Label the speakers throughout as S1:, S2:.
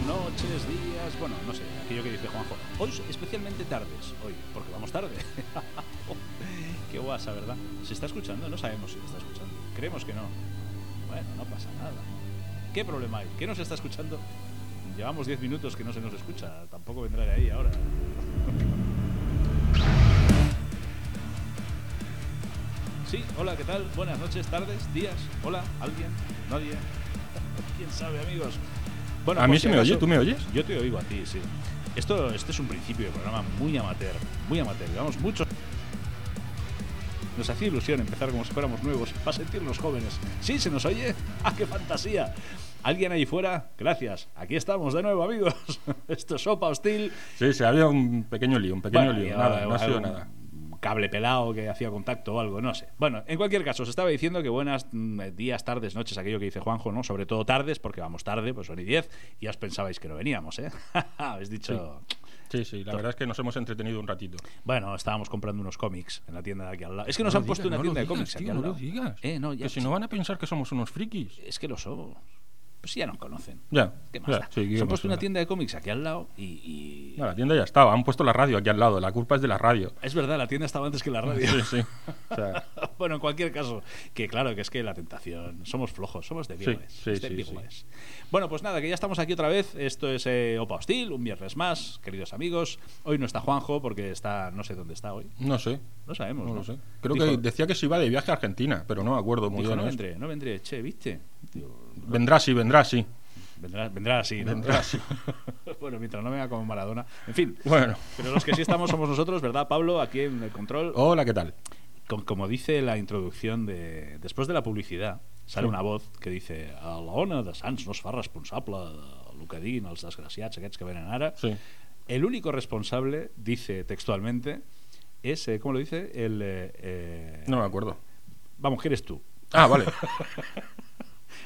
S1: días, días, bueno, no sé, aquello que dice Juanjo. Hoy especialmente tardes, hoy, porque vamos tarde. Qué guasa, ¿verdad? ¿Se está escuchando? No sabemos si se está escuchando. Creemos que no. Bueno, no pasa nada. ¿Qué problema hay? ¿Qué nos está escuchando? Llevamos 10 minutos que no se nos escucha. Tampoco vendrá de ahí ahora. Sí, hola, ¿qué tal? Buenas noches, tardes, días. Hola, ¿alguien? ¿Nadie? ¿Quién sabe, amigos? Bueno,
S2: a
S1: por
S2: mí
S1: si
S2: se me
S1: acaso-
S2: oye, ¿tú me oyes?
S1: Yo te oigo a ti, sí. Esto, este es un principio de programa muy amateur, muy amateur. Llevamos mucho. Nos hacía ilusión empezar como si fuéramos nuevos, para sentirnos jóvenes. ¿Sí se nos oye? ¡Ah, qué fantasía! ¿Alguien ahí fuera? Gracias. Aquí estamos de nuevo, amigos. Esto es Sopa Hostil.
S2: Sí, se había un pequeño lío, un pequeño
S1: Bueno,
S2: lío.
S1: y
S2: Nada,
S1: ahora
S2: no ha sido
S1: algún
S2: nada.
S1: Cable pelado que hacía contacto o algo, no sé. Bueno, en cualquier caso, os estaba diciendo que buenas mm, días, tardes, noches, aquello que dice Juanjo, ¿no? Sobre todo tardes, porque vamos tarde, pues son y 10, y ya os pensabais que no veníamos, ¿eh? Habéis dicho.
S2: Sí, sí, la verdad es que nos hemos entretenido un ratito.
S1: Bueno, estábamos comprando unos cómics en la tienda de aquí al lado. Es que nos
S2: No
S1: han
S2: lo
S1: puesto una
S2: digas, no
S1: tienda
S2: lo
S1: de cómics
S2: digas,
S1: aquí
S2: tío,
S1: al
S2: no
S1: lado.
S2: lo digas.
S1: Eh, no, ya.
S2: que si no van a pensar que somos unos frikis.
S1: Es que lo somos. Pues ya nos conocen.
S2: Ya,
S1: ¿Qué más
S2: ya,
S1: da?
S2: sí, ¿qué
S1: Nos han
S2: más
S1: puesto una
S2: da?
S1: tienda de cómics aquí al lado y. y-
S2: No, la tienda ya estaba, han puesto la radio aquí al lado, la culpa es de la radio.
S1: Es verdad, la tienda estaba antes que la radio.
S2: Sí, sí. O sea,
S1: bueno, en cualquier caso, que claro, que es que la tentación, somos flojos, somos de
S2: Sí,
S1: Bigues,
S2: sí,
S1: es de
S2: sí, sí.
S1: Bigues. Bueno, pues nada, que ya estamos aquí otra vez. Esto es eh, Opa Hostil, un viernes más, queridos amigos. Hoy no está Juanjo porque está, no sé dónde está hoy.
S2: no sé,
S1: No sabemos.
S2: no
S1: No,
S2: lo sé. Creo
S1: Dijo-
S2: que decía que se iba de viaje a Argentina, pero no me acuerdo muy
S1: dijo,
S2: bien.
S1: no
S2: eso.
S1: vendré, no vendré, che, ¿viste? Digo,
S2: Vendrá, sí, vendrá, sí.
S1: Vendrá, vendrá así, ¿no?
S2: Vendrá así.
S1: bueno, mientras no venga como Maradona. En fin.
S2: Bueno,
S1: Pero los que sí estamos somos nosotros, ¿verdad, Pablo? Aquí en el control.
S2: hola, ¿qué tal?
S1: Com- como dice la introducción de... Después de la publicidad, sale
S2: Sí.
S1: una voz que dice a la ona de Sants no es fa responsable el que diguin els desgraciats aquests que venen ara.
S2: Sí.
S1: El único responsable, dice textualmente, es, eh, ¿cómo lo dice? El, eh, eh,
S2: No me acuerdo.
S1: Vamos, que eres tú.
S2: Ah, vale.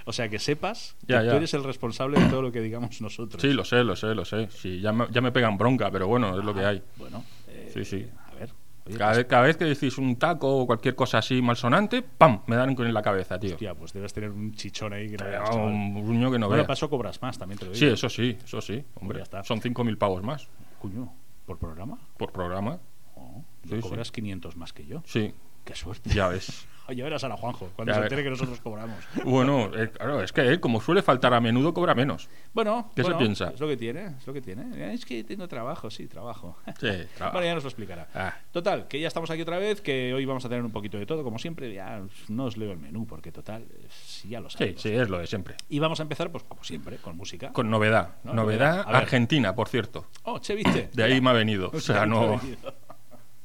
S1: O sea, que sepas
S2: Ya,
S1: que
S2: ya.
S1: tú eres el responsable de todo lo que digamos nosotros.
S2: Sí, lo sé, lo sé, lo sé. Sí, ya me, ya me pegan bronca, pero bueno, es lo que hay.
S1: Ah, Bueno, eh,
S2: Sí, sí.
S1: a ver. Oye,
S2: Cada
S1: pues,
S2: vez, cada vez que decís un taco o cualquier cosa así malsonante, ¡pam! Me dan con en la cabeza, tío.
S1: hostia, pues debes tener un chichón ahí que no
S2: Me
S1: veas,
S2: da
S1: chaval.
S2: un gruño que no
S1: Bueno,
S2: vea.
S1: paso cobras más, también te lo digo.
S2: Sí, eso sí, eso sí. Hombre,
S1: Ya está.
S2: son 5.000 pavos más
S1: Cuño, ¿por programa?
S2: por programa.
S1: Oh,
S2: Sí,
S1: tú
S2: sí.
S1: cobras 500 más que yo.
S2: Sí,
S1: Qué suerte.
S2: ya ves.
S1: Ya verás a la Juanjo cuando
S2: Ya
S1: se
S2: ve-
S1: entere que nosotros cobramos.
S2: Bueno, eh, claro, es que él, como suele faltar a menudo, cobra menos.
S1: Bueno,
S2: ¿Qué se
S1: bueno,
S2: piensa?
S1: Es lo que tiene, es lo que tiene. Eh, Es que tengo trabajo, sí, trabajo.
S2: Sí,
S1: Bueno, ya nos lo explicará.
S2: Ah.
S1: Total, que ya estamos aquí otra vez, que hoy vamos a tener un poquito de todo, como siempre. Ya no os leo el menú, porque total, eh, sí, ya lo
S2: sí,
S1: sabemos.
S2: sí, es lo de siempre.
S1: Y vamos a empezar, pues como siempre, con música.
S2: Con novedad.
S1: No,
S2: novedad
S1: novedad. A ver.
S2: argentina, por cierto.
S1: Oh, che, viste.
S2: De ahí me ha venido. O sea, no,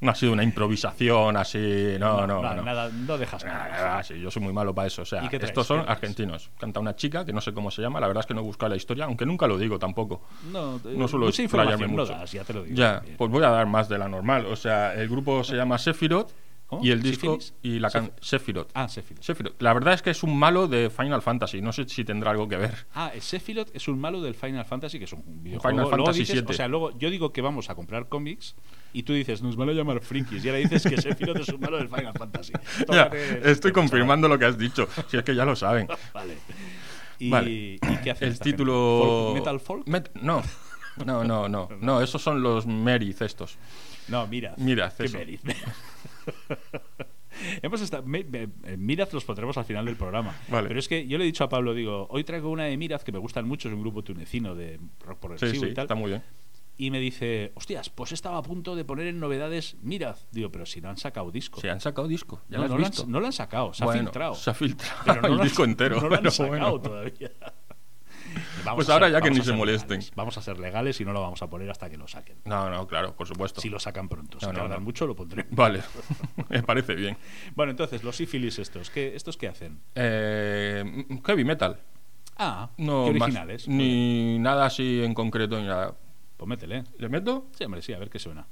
S2: no ha sido una improvisación así. No, no, no.
S1: Nada, no dejas
S2: Ah,
S1: nada.
S2: ah, sí, yo soy muy malo para eso. O sea,
S1: ¿Y qué traes?
S2: estos son
S1: ¿Qué traes?
S2: argentinos. Canta una chica que no sé cómo se llama. La verdad es que no he buscado la historia, aunque nunca lo digo tampoco.
S1: No, eh,
S2: No suelo
S1: mucha
S2: explayarme
S1: información no
S2: mucho.
S1: das, ya te lo digo.
S2: Ya,
S1: también.
S2: pues voy a dar más de la normal. O sea, el grupo se llama Sephiroth
S1: ¿Cómo?
S2: y el disco
S1: ¿Sífilis?
S2: y la can- Sephiroth.
S1: Ah, Sephiroth.
S2: Sephiroth. La verdad es que es un malo de Final Fantasy. No sé si tendrá algo que ver.
S1: Ah, el Sephiroth es un malo del Final Fantasy, que es un videojuego.
S2: Final
S1: luego
S2: Fantasy
S1: dices-
S2: VII.
S1: O sea, luego yo digo que vamos a comprar cómics y tú dices, nos van a llamar frikis. Y ahora dices que Sephiroth es un malo del Final Fantasy.
S2: Ya,
S1: Tócate el
S2: estoy
S1: sistema,
S2: confirmando lo que has dicho. Si es que ya lo saben.
S1: chaval. Vale. ¿Y,
S2: Vale.
S1: ¿y qué hace
S2: El título.
S1: ¿Metal Folk?
S2: Met- No. No, no, no, no, esos son los Merith estos.
S1: No, mira.
S2: Mira,
S1: Qué
S2: eso.
S1: meriz. Hemos estado, me- me- eh, Miraz los pondremos al final del programa.
S2: Vale.
S1: Pero es que yo le he dicho a Pablo, digo, hoy traigo una de Miraz que me gustan mucho, es un grupo tunecino de rock
S2: Sí,
S1: progresivo
S2: sí,
S1: y tal.
S2: está muy bien.
S1: y me dice, hostias, pues estaba a punto de poner en novedades Mirad. Digo, pero si no han sacado disco.
S2: Se han sacado disco, ya
S1: no,
S2: lo
S1: no
S2: has
S1: lo han,
S2: visto.
S1: no lo han sacado, se ha
S2: Bueno,
S1: filtrado.
S2: Se ha filtrado
S1: Pero no
S2: el
S1: lo han-
S2: disco entero.
S1: No lo han
S2: pero
S1: sacado
S2: bueno.
S1: todavía. Vamos
S2: Pues
S1: a
S2: ahora ya que
S1: vamos
S2: ni
S1: a
S2: se
S1: ser
S2: molesten.
S1: legales. Vamos a ser legales y no lo vamos a poner hasta que lo saquen.
S2: No, no, claro, por supuesto.
S1: Si lo sacan pronto, si
S2: No, no,
S1: tardan
S2: no.
S1: mucho lo pondremos.
S2: Vale, me parece bien.
S1: Bueno, entonces, los sífilis estos, ¿qué, ¿estos qué hacen?
S2: Eh, heavy metal.
S1: Ah,
S2: No
S1: qué
S2: más-
S1: originales.
S2: ni nada así en concreto. ni nada.
S1: Pues métele.
S2: ¿Le meto?
S1: Sí, hombre, sí, a ver qué suena.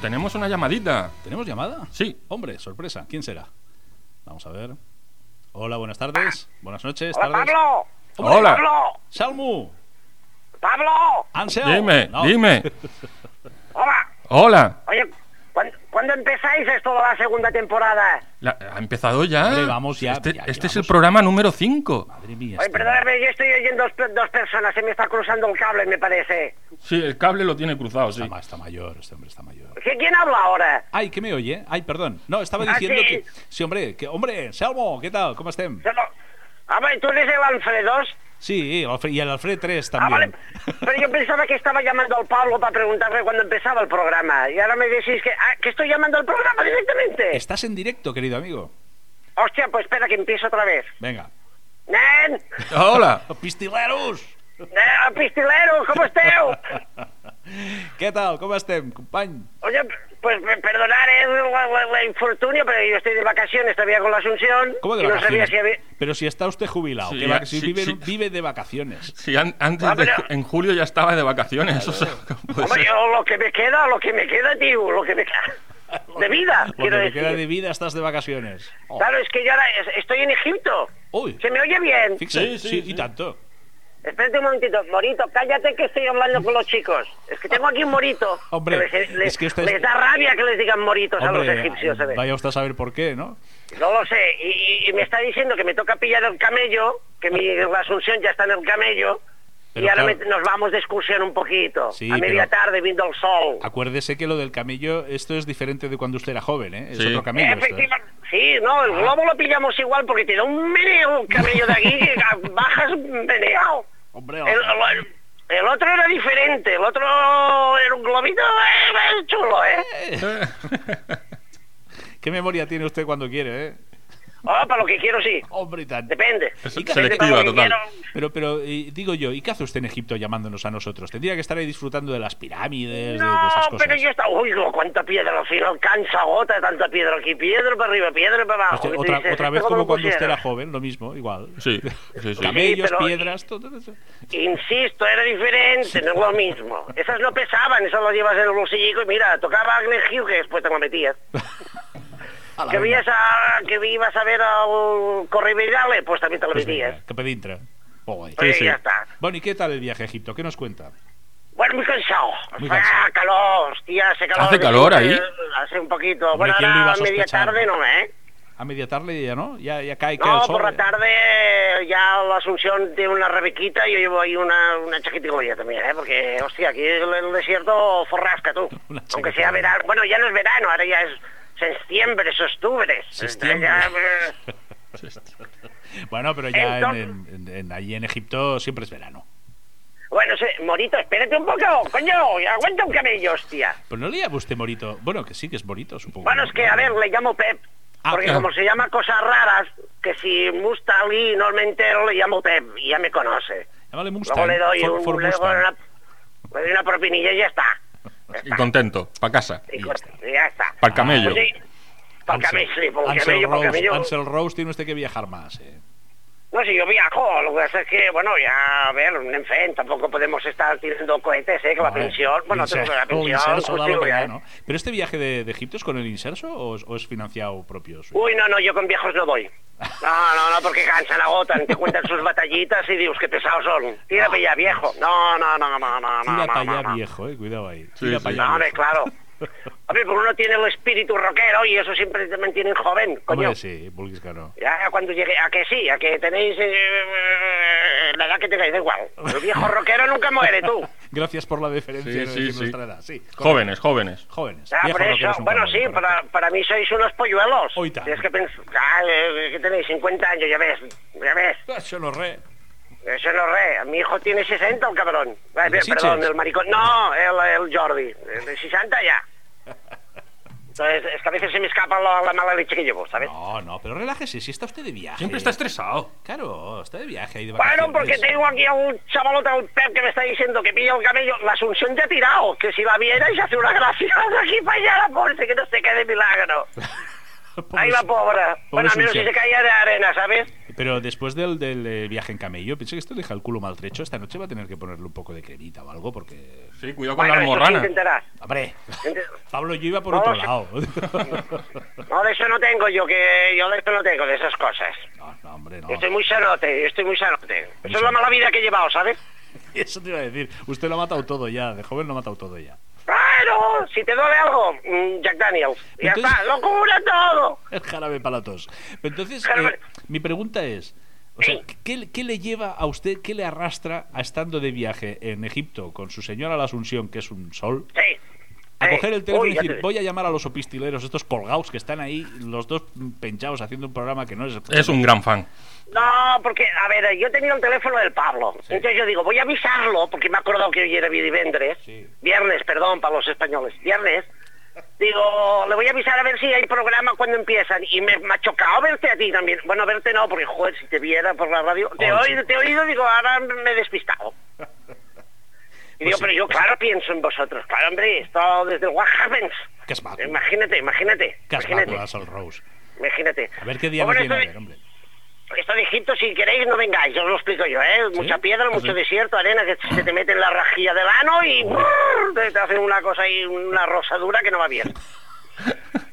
S2: tenemos una llamadita.
S1: ¿Tenemos llamada?
S2: Sí.
S1: Hombre, sorpresa. ¿Quién será? Vamos a ver. Hola, buenas tardes. Buenas noches.
S3: Hola,
S1: tardes.
S3: Pablo.
S1: Hombre,
S2: Hola.
S3: Pablo.
S1: Salmu.
S3: Pablo.
S1: Ansel.
S2: Dime,
S1: No.
S2: dime.
S3: Hola.
S2: Hola.
S3: Oye, ¿cuándo, cuándo empezáis esto de la segunda temporada?
S2: La- ha empezado ya.
S1: Hombre, vamos ya,
S2: Este,
S1: ya
S2: este es
S1: llevamos.
S2: el programa número 5.
S1: Madre mía.
S3: Oye,
S1: este-
S3: perdóname, yo estoy oyendo dos, pe- dos personas. Se me está cruzando el cable, me parece.
S2: Sí, el cable lo tiene cruzado, sí.
S1: Está, ma- está mayor, este hombre está mayor.
S3: ¿Qui- ¿Quién habla ahora?
S1: Ay, que me oye. Ay, perdón. No, estaba
S3: Ah,
S1: diciendo
S3: sí.
S1: que. Sí, hombre, que. Hombre, Salmo, ¿qué tal? ¿Cómo estén?
S3: Se lo- Ah, vale, ¿tú eres el Alfredo?
S1: Sí, Alfred- y el Alfred 3
S3: Ah, vale.
S1: también.
S3: Pero yo pensaba que estaba llamando al Pablo para preguntarle cuándo empezaba el programa. Y ahora me decís que, ah, que estoy llamando al programa directamente.
S1: Estás en directo, querido amigo.
S3: Hostia, pues espera que empiezo otra vez.
S1: Venga.
S3: ¡Nen!
S2: Hola.
S1: ¡Pistileros!
S3: ¡Nen, pistilero! ¿Cómo esteu?
S1: ¿Qué tal? ¿Cómo estén, compañero?
S3: Oye, pues pe- perdonad eh, la, la- la infortunio, pero yo estoy de vacaciones todavía con la Asunción.
S1: ¿Cómo de
S3: y no sabía
S1: vacaciones?
S3: si había...
S1: Pero si está usted jubilado,
S2: Sí,
S1: que va-
S2: ya,
S1: si
S2: sí,
S1: vive, en
S2: sí.
S1: un- vive de vacaciones.
S2: Sí, an- antes de,
S3: Hombre.
S2: ju- en julio ya estaba de vacaciones. o sea, pues,
S3: Hombre,
S2: eh,
S3: yo lo que me queda, lo que me queda, tío, lo que me queda... De vida,
S1: Lo que
S3: quiero
S1: te queda
S3: decir.
S1: de vida estás de vacaciones. Oh.
S3: Claro, es que yo ahora es- estoy en Egipto.
S1: Uy,
S3: ¿Se me oye bien?
S1: fíjate,
S2: Sí,
S1: sí,
S2: sí,
S1: y
S2: sí.
S1: tanto.
S3: Espérate un momentito. Morito, cállate que estoy hablando con los chicos. Es que tengo aquí un morito.
S1: Hombre,
S3: que les, les-
S1: es que esto es-
S3: les da rabia que les digan moritos a los
S1: Hombre,
S3: egipcios, ¿sabes?
S1: vaya usted a saber por qué, ¿no?
S3: No lo sé, y, y- y me está diciendo que me toca pillar el camello, que mi la Asunción ya está en el camello,
S1: Pero
S3: y ahora
S1: claro.
S3: me- nos vamos de excursión un poquito,
S1: Sí,
S3: a media
S1: pero-
S3: tarde viendo el sol.
S1: Acuérdese que lo del camello, esto es diferente de cuando usted era joven, ¿eh? Es
S2: Sí.
S1: otro camello. esto, ¿eh? Ah.
S3: Efectivamente, sí, no, el globo lo pillamos igual porque te da un meneo el camello de aquí que a- bajas meneado.
S1: Hombre,
S3: El, el- el otro era diferente, el otro era un globito eh, chulo, ¿eh?
S1: qué memoria tiene usted cuando quiere, ¿eh?
S3: Oh, para lo que quiero sí,
S1: Hombre, y tanto.
S3: depende.
S2: Es
S3: Depende
S2: selectiva,
S3: para lo que
S2: total.
S3: quiero.
S1: Pero, pero eh, digo yo, ¿y qué hace usted en Egipto llamándonos a nosotros? Tendría que estar ahí disfrutando de las pirámides, de- de, esas
S3: No,
S1: cosas.
S3: pero yo estaba... Uy, no, cuánta piedra al final, cansa gota, tanta piedra aquí, piedra para arriba, piedra para
S1: Hostia,
S3: abajo. que tú
S1: otra,
S3: dices,
S1: otra
S3: ¿esto
S1: vez
S3: cómo
S1: como
S3: lo
S1: cuando usted
S3: pusieron?
S1: era joven, lo mismo, igual.
S2: sí, sí, sí.
S1: Camellos,
S3: Sí, pero-
S1: piedras, todo eso.
S3: Insisto, era diferente, no es lo mismo. Esas no pesaban, esas las llevas en el bolsillo y mira, tocaba Agnes Hughes, que después te lo metías.
S1: A la
S3: Que,
S1: venga,
S3: veías a- que ibas a ver al Corrividale, pues también te lo
S1: pues
S3: metías.
S1: venga, que pedintra. Joder.
S3: Pues
S2: sí.
S3: ya está.
S1: Bueno, ¿y qué tal el viaje a Egipto? ¿Qué nos cuenta?
S3: Bueno, muy cansado.
S1: Muy
S3: Ah,
S1: cansado.
S3: calor, hostia, hace calor.
S2: ¿Hace calor ahí?
S3: Eh, Hace un poquito.
S1: Hombre,
S3: bueno,
S1: ¿quién lo iba
S3: ahora
S1: a
S3: a media
S1: sospechar?
S3: tarde no, ¿eh?
S1: A media tarde ya, ¿no? Ya, ya cae, cae el
S3: No,
S1: sol.
S3: por la tarde ya la Asunción tiene una rebequita y yo llevo ahí una, una chaquetigoya también, ¿eh? Porque, hostia, aquí el, el desierto forrasca tú.
S1: Una
S3: Aunque
S1: chaquetigoya.
S3: sea verano. Bueno, ya no es verano, ahora ya es septiembre, es octubre.
S1: Sestiembre.
S3: Ya, eh,
S1: Bueno, pero ya en,
S3: Entonces-
S1: en- en- allí en Egipto siempre es verano.
S3: Bueno, sí, Morito, espérate un poco, coño, y aguanta un camello, hostia.
S1: Pero no le llama usted Morito. Bueno, que sí, que es Morito, supongo.
S3: Bueno,
S1: ¿no?
S3: es que, a ver, le llamo Pep.
S1: Ah,
S3: Porque
S1: claro.
S3: como se llama cosas raras, que si Mustang y no me entero, le llamo Pep y ya me conoce.
S1: Llámale Mustang.
S3: Luego le doy,
S1: Ford-
S3: un-
S1: Ford
S3: le doy
S1: Mustang.
S3: una, le doy una propinilla y ya está.
S2: Y contento, para casa.
S3: Y
S1: ya
S3: con-
S1: está.
S3: y ya está.
S2: Pa'l camello.
S3: Pues sí, pa'l
S1: Ansel-
S3: camello, sí, pa'l
S1: Ansel
S3: camello, pa'l
S1: Rose-
S3: camello.
S1: Ansel Rose tiene usted que viajar más, ¿eh?
S3: No, si yo viajo, lo que pasa es que, bueno, ya, a ver, en fin, tampoco podemos estar tirando cohetes, ¿eh? Que la
S1: Hombre,
S3: pensión, bueno,
S1: inser-
S3: tengo la
S1: o
S3: pensión,
S1: inserso, da lo que
S3: justicia,
S1: da,
S3: ¿eh?
S1: ¿no? Pero este viaje de, de Egipto es con el inserso o es, o es financiado propio. suyo?
S3: Uy, no, no, yo con viejos no voy. No, no, no, porque cansan, agotan, te cuentan sus batallitas y dios, qué pesados son. Tira para allá, viejo. No, no, no, no, no, no,
S1: Tira
S3: no,
S1: para
S3: no,
S1: allá,
S3: no.
S1: viejo, eh, cuidado ahí.
S2: Sí,
S1: Tira
S2: sí.
S1: para allá.
S3: No, hombre,
S1: viejo.
S3: claro. Hombre, pero uno tiene el espíritu rockero y eso siempre te mantienen joven, coño.
S1: Hombre, sí, Bulgis ganó.
S3: Ya cuando llegue, a que sí, a que tenéis eh, la edad que tengáis, da igual. El viejo rockero nunca muere, tú.
S1: Gracias por la diferencia
S2: Sí,
S1: de
S2: sí,
S1: decir
S2: sí.
S1: nuestra edad. Sí, correcto.
S2: Jóvenes, jóvenes.
S1: Jóvenes.
S3: Ya,
S1: Viejos
S3: por eso,
S1: rockeros nunca
S3: bueno, sí,
S1: mueren, correcto.
S3: para, para mí sois unos polluelos.
S1: Hoy tanto.
S3: Si es que pens- ah, eh, que tenéis 50 años, ya ves, ya ves.
S1: Ah, Yo no re.
S3: Eso no es re. Mi hijo tiene 60, el cabrón. Ah,
S1: ¿El de
S3: bien, perdón,
S1: Sitges?
S3: el maricón. No, el, el Jordi. El de 60 ya. Entonces, es que a veces se me escapa la, la mala leche que llevo, ¿sabes?
S1: No, no, pero relájese, si está usted de viaje.
S2: Siempre está estresado.
S1: Claro, está de viaje ahí de vacaciones.
S3: Bueno, porque tengo aquí a un chavalote, al Pep, que me está diciendo que pilla el camello. La Asunción ya ha tirado, que si la viera y se hace una gracia de aquí para allá, la pobre, que no se quede milagro.
S1: Pues
S3: Ahí la pobra. Bueno, al menos si se caía de arena, ¿sabes?
S1: Pero después del, del eh, viaje en camello, pienso que esto le deja el culo maltrecho. Esta noche va a tener que ponerle un poco de cremita o algo, porque.
S2: Sí, cuidado con
S3: Bueno,
S2: la
S3: eso sí
S2: almorrana.
S3: intentarás.
S1: ¡Hombre!
S3: Ente-
S1: Pablo, yo iba por
S3: Vamos
S1: otro
S3: a-
S1: lado.
S3: No, de eso no tengo yo, que yo de eso no tengo, de esas cosas.
S1: No, no, hombre, no.
S3: Yo estoy muy sanote, yo estoy muy sanote. Eso
S1: Ah. Muy
S3: es la mala
S1: sanote.
S3: vida que he llevado, ¿sabes?
S1: Eso te iba a decir. Usted lo ha matado todo ya. De joven lo ha matado todo ya.
S3: Claro, si te duele algo, mm, Jack Daniel. Ya
S1: Entonces-
S3: está, lo cura todo.
S1: El jarabe para la tos. Pero entonces,
S3: Jarabe.
S1: eh, mi pregunta es, o sea, ¿qué, qué le lleva a usted, qué le arrastra a estando de viaje en Egipto con su señora la Asunción, que es un sol,
S3: Sí.
S1: a
S3: Sí.
S1: coger el teléfono
S3: Eh, Uy,
S1: y
S3: ya
S1: decir,
S3: te-
S1: voy a llamar a los opistileros, estos colgados que están ahí, los dos penchados haciendo un programa que no es...
S2: Es un gran fan.
S3: No, porque, a ver, yo tenía el teléfono del Pablo. Entonces yo digo, voy a avisarlo, porque me he acordado que hoy era Vidivendres.
S1: Sí.
S3: Viernes, perdón, para los españoles. Viernes. Digo, le voy a avisar a ver si hay programa cuando empiezan. Y me, me ha chocado verte a ti también. Bueno, verte no, porque, joder, si te viera por la radio... Te he
S1: Joder, sí.
S3: oído, te he oído, digo, ahora me he despistado. Y digo,
S1: sí,
S3: pero yo,
S1: pues
S3: claro, pienso en vosotros. Claro, hombre, esto desde el What Happens.
S1: Casmacu.
S3: Imagínate, imagínate. Imagínate,
S1: Casmacu, Rose.
S3: imagínate. Pues
S1: A ver qué día
S3: Hombre,
S1: nos viene a
S3: esto-
S1: ver, hombre.
S3: esto de Egipto, si queréis, no vengáis, os lo explico yo, ¿eh? Mucha piedra, mucho desierto, arena que se te mete en la rajilla del ano y brrr, te- te hace una cosa ahí, una rosadura que no va bien.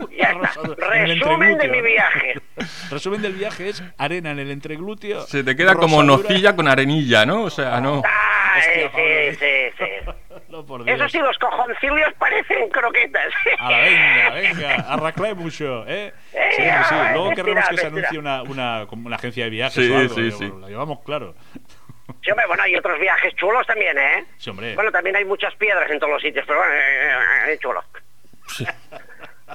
S3: ya
S1: Una
S3: está.
S1: rosadura en el
S3: Resumen de
S1: entreglúteo,
S3: mi
S1: ¿no?
S3: viaje.
S1: Resumen del viaje es arena en el entreglúteo.
S2: Se te queda como
S1: rosadura-
S2: nocilla con arenilla, ¿no? O sea, no.
S3: Ah,
S1: Hostia,
S3: eh,
S1: Pablo.
S3: sí, sí, sí.
S1: No, por Dios.
S3: Eso sí, los cojoncillos parecen croquetas.
S1: A la venga, venga, arraclé mucho, ¿eh? Sí,
S3: Venga,
S1: sí, sí. Luego
S3: respira,
S1: querremos que se
S3: respira.
S1: anuncie una, una, como una agencia de viajes
S2: Sí,
S1: o algo.
S2: sí,
S1: eh,
S2: sí.
S1: Lo llevamos claro.
S3: Sí, hombre, bueno, hay otros viajes chulos también, ¿eh?
S1: Sí, hombre.
S3: Bueno, también hay muchas piedras en todos los sitios, pero bueno, eh, eh, eh, chulo.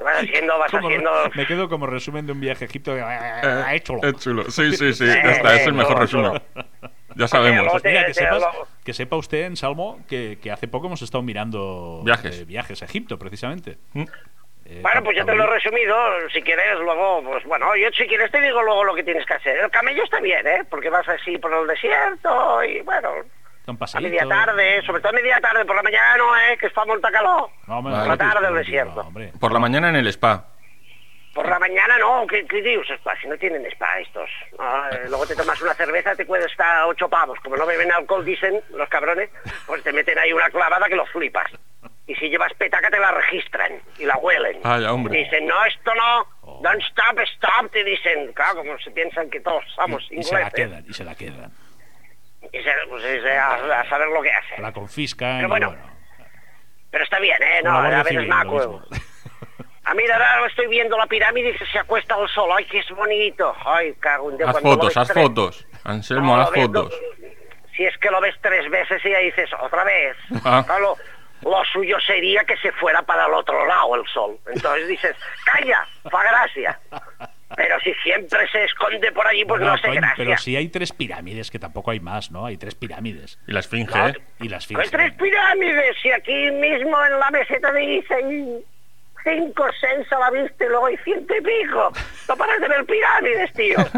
S3: Vas haciendo, vas
S1: Como re-
S3: haciendo...
S1: Me quedo como resumen de un viaje a Egipto. que-
S2: Eh,
S1: Ha hecho
S2: Es chulo. Sí, sí, sí. Ya está,
S3: Eh,
S2: es el mejor
S3: chulo,
S2: resumen. Ya sabemos.
S3: Porque
S1: Pues Mira, que,
S3: te- te
S1: sepas,
S3: lo-
S1: que sepa usted en Salmo que, que hace poco hemos estado mirando
S2: Viajes.
S1: eh, viajes a Egipto, precisamente.
S2: Mm.
S1: Eh,
S3: Bueno,
S1: con
S3: pues yo te lo he
S1: Pablo.
S3: resumido, si quieres, luego, pues bueno, yo si quieres te digo luego lo que tienes que hacer. El camello está bien, ¿eh? Porque vas así por el desierto y bueno,
S1: Un
S3: a
S1: paseíto.
S3: media tarde, sobre todo a media tarde, por la mañana no, ¿eh? Que está molta calor.
S1: No, hombre,
S2: Vale.
S1: no,
S2: La
S3: tarde del
S1: no,
S3: desierto.
S1: hombre.
S2: Por la mañana en el spa.
S3: Por la mañana no, ¿qué, qué dios spa? Si no tienen spa estos. Ah, eh, luego te tomas una cerveza, te cuesta ocho pavos. Como no beben alcohol, dicen los cabrones, pues te meten ahí una clavada que lo flipas. Y si llevas petaca te la registran y la huelen.
S2: Ay, hombre.
S3: Dicen, no, esto no,
S1: Oh.
S3: don't stop, stop, te dicen. Claro, como se piensan que todos somos
S1: Y se la
S3: ingleses.
S1: quedan, y se la quedan.
S3: Y se- pues, es, eh, a, a saber lo que hacen.
S1: La confiscan.
S3: Pero
S1: y
S3: bueno,
S1: bueno
S3: Pero está bien, ¿eh? No,
S1: como la Guardia
S3: a veces
S1: Civil,
S3: me
S1: lo
S3: acuerdo.
S1: mismo.
S3: A mí ahora estoy viendo la pirámide y se- se acuesta al sol. ¡Ay, qué es bonito! ¡Ay, cago en Dios!
S2: Haz
S3: cuando lo
S2: fotos,
S3: ves
S2: haz
S3: tres-
S2: fotos. Anselmo,
S3: No,
S2: haz
S3: lo ves do-
S2: fotos.
S3: Si es que lo ves tres veces y ya dices, ¡otra vez!
S2: Ah.
S3: Claro, lo suyo sería que se fuera para el otro lado el sol. Entonces dices, ¡calla! ¡Fa gracia! Pero si siempre se esconde por allí, pues
S1: No,
S3: no, hace
S1: coño,
S3: gracia.
S1: pero si hay tres pirámides, que tampoco hay más, ¿no? Hay tres pirámides.
S2: Y la esfinge, ¿eh?
S1: Y las
S3: Hay
S1: fijas.
S3: Pues tres pirámides y aquí mismo en la meseta de Ibiza hay cinco o seis a la vista y luego hay ciento y pico. No paras de ver pirámides, tío.
S1: ¿eh?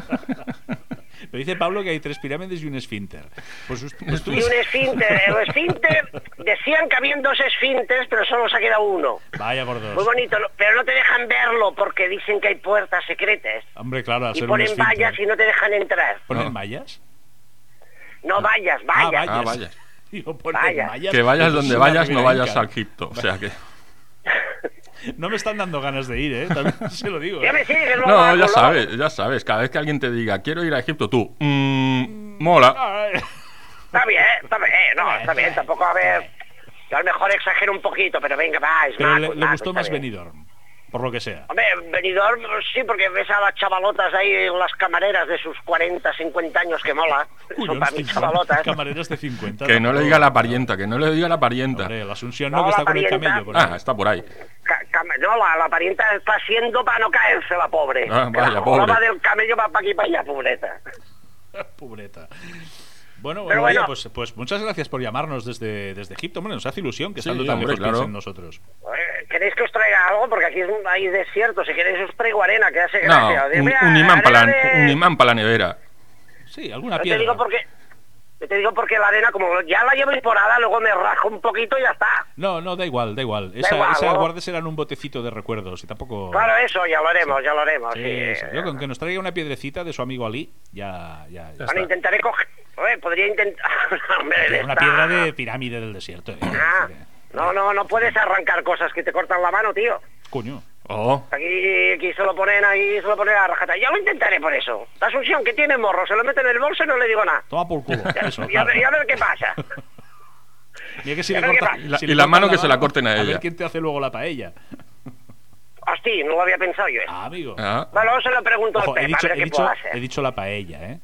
S1: Lo dice Pablo que hay tres pirámides y un esfínter. Pues, us- pues tú-
S3: Y un esfínter. El esfínter, decían que habían dos esfínteres, pero solo se ha quedado uno.
S1: Vaya por
S3: Muy
S1: dos.
S3: bonito, no- pero no te dejan verlo porque dicen que hay puertas secretas.
S1: Hombre, claro, a
S3: Y
S1: ser un
S3: ponen
S1: esfínter.
S3: vallas y no te dejan entrar.
S1: ¿Ponen
S2: No.
S1: mallas?
S3: No vallas, vallas.
S2: Ah, vallas.
S1: Digo, ponen
S3: Vallas.
S1: mallas.
S2: Que vayas
S1: Eso es
S2: donde
S1: una
S2: vayas, no
S1: ribera
S2: vayas
S1: inca.
S2: al Egipto. O sea que.
S1: No me están dando ganas de ir, ¿eh? También se lo digo.
S3: Ya
S1: ¿eh?
S3: me sigues, lo
S2: No,
S3: hago,
S2: ya
S3: lo
S2: sabes, ya sabes. Cada vez que alguien te diga, quiero ir a Egipto, tú. Mmm, mola.
S1: Ay,
S3: Está bien, está bien, eh, no, está bien, tampoco a ver. Yo a lo mejor exagero un poquito, pero venga, va, es
S1: Pero
S3: más.
S1: le,
S3: pues
S1: le
S3: va,
S1: gustó
S3: está
S1: más
S3: bien.
S1: Benidorm, por lo que sea.
S3: Hombre, Benidorm pues, sí, porque ves a las chavalotas ahí, las camareras de sus 40, 50 años, que mola.
S1: Uy,
S3: Son
S1: no,
S3: para
S1: estoy-
S3: mí chavalotas.
S1: Camareros de 50.
S2: Que no le
S1: tampoco.
S2: diga la parienta, que no le diga la parienta.
S1: Hombre, la Asunción
S3: No,
S1: no, que
S3: la
S1: está con el
S3: parienta.
S1: camello. por
S2: Ah,
S1: ahí.
S2: está por ahí.
S3: Ca- cam- no, la, la parienta está haciendo para no caerse, la pobre.
S2: Ah,
S3: Que
S2: vaya,
S3: la joroba
S2: pobre.
S3: del camello va para aquí para allá, pobreta.
S1: Pobreta. Bueno,
S3: Pero
S1: oye,
S3: bueno.
S1: pues, pues muchas gracias por llamarnos desde, desde Egipto. Bueno, nos hace ilusión que
S2: Sí,
S1: estando tan
S2: hombre,
S1: lejos
S2: claro.
S1: piensen en nosotros.
S3: Eh, ¿Queréis que os traiga algo? Porque aquí es un- hay desierto. Si queréis os traigo arena, que
S2: No,
S3: hace gracia. Os digo,
S2: un,
S3: mira,
S2: un imán
S3: eh, arena
S2: para la,
S3: de-
S2: un imán para la nevera.
S1: Sí, alguna
S3: No te
S1: piedra.
S3: digo porque... Yo te digo porque la arena, como ya la llevo imporada, luego me rajo un poquito y ya está.
S1: No, no, da igual, da igual. Esa,
S3: igual,
S1: esa
S3: ¿no?
S1: guardes era en un botecito de recuerdos y tampoco.
S3: Claro, eso, ya lo haremos, ya lo haremos.
S1: Sí,
S3: sí.
S1: sí. Yo con que nos traiga una piedrecita de su amigo Ali, ya. ya, ya
S2: Ya
S1: está.
S3: Bueno, intentaré coger... Joder, podría intentar... Hombre,
S1: Una
S3: está-
S1: piedra de pirámide del desierto. eh.
S3: Ah, no, no, no puedes arrancar cosas que te cortan la mano, tío.
S1: Coño.
S2: Oh,
S3: Aquí, aquí se lo ponen, ahí se lo ponen a rajata. Ya lo intentaré por eso. La Asunción, que tiene morro, se lo mete en el bolso y no le digo nada.
S1: Toma por culo. Eso,
S3: Y a, ver, y a
S1: claro.
S3: ver qué pasa.
S1: Mira que si
S3: y a
S1: le
S3: ver qué
S1: corta-
S3: pasa. Ah.
S2: Y la-
S1: si le
S2: y la
S1: corta
S2: mano que se la corten a
S1: A ver
S2: ella.
S1: quién te hace luego la paella.
S3: Hostia, no lo había pensado yo. esto.
S1: Ah, amigo.
S2: ah,
S3: Bueno, luego se lo pregunto
S1: Ojo,
S3: al
S1: he
S3: Pep,
S1: dicho,
S3: a ver
S1: he
S3: qué
S1: dicho,
S3: puedo hacer.
S1: he dicho la paella, ¿eh?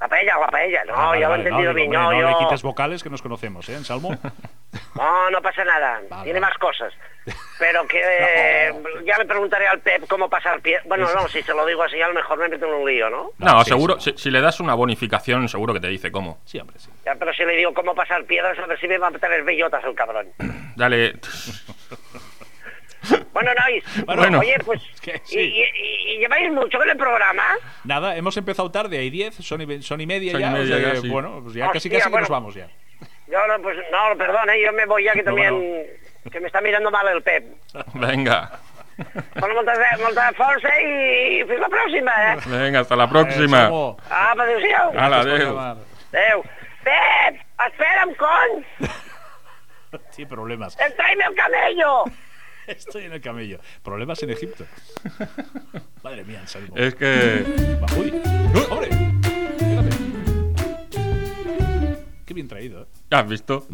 S3: La paella o la paella. No,
S1: Ah, vale,
S3: ya lo he
S1: vale, digo,
S3: entendido bien.
S1: hombre,
S3: no,
S1: no
S3: yo-
S1: le quites vocales que nos conocemos, ¿eh? En Salmo.
S3: No, no pasa nada.
S1: Vale,
S3: Tiene
S1: vale.
S3: más cosas. Pero que
S1: No.
S3: ya le preguntaré al Pep cómo pasar pie. Bueno, no, si se lo digo así, a lo mejor me meto en un lío, ¿no?
S2: No,
S1: sí,
S2: seguro,
S1: sí,
S2: si, si le das una bonificación, seguro que te dice cómo.
S1: Sí, hombre, sí.
S3: Ya, pero si le digo cómo pasar piedras, a ver si me va a tener bellotas el cabrón.
S2: Dale.
S3: Bueno, Nois,
S2: Bueno.
S3: oye, pues,
S1: Es que
S3: y,
S1: sí.
S3: y- y- y lleváis mucho en el programa?
S1: Nada, hemos empezado tarde, hay 10, son y, ve- son y media
S2: Son y
S1: ya. o
S2: media
S1: sea
S2: ya,
S1: que,
S2: sí.
S1: Bueno, pues ya casi
S3: Hostia,
S1: casi que nos
S3: bueno.
S1: vamos ya.
S3: Yo no, pues, no, perdón, ¿eh? yo me voy ya que
S1: No,
S3: también... Que me está mirando mal el Pep.
S2: Venga.
S3: Bueno, moltes, moltes força i fins la pròxima, eh?
S2: Venga, hasta la
S1: Eh,
S2: próxima.
S1: Salmo,
S3: Apa, adéu-siau.
S2: Ah.
S1: gracias
S2: Hala,
S1: por
S2: adéu.
S1: llamar.
S3: Adéu. Pep, espera'm, cony!
S1: Sí, problemas.
S3: El traime el camello!
S1: Estoy en el camello. Problemas en Egipto. Madre mía, en Salmo.
S2: Es que.
S1: Va, uy.
S2: ¡Uy!
S1: ¡Hombre! Fíjate. Qué bien traído, ¿eh?
S2: ¿Has visto?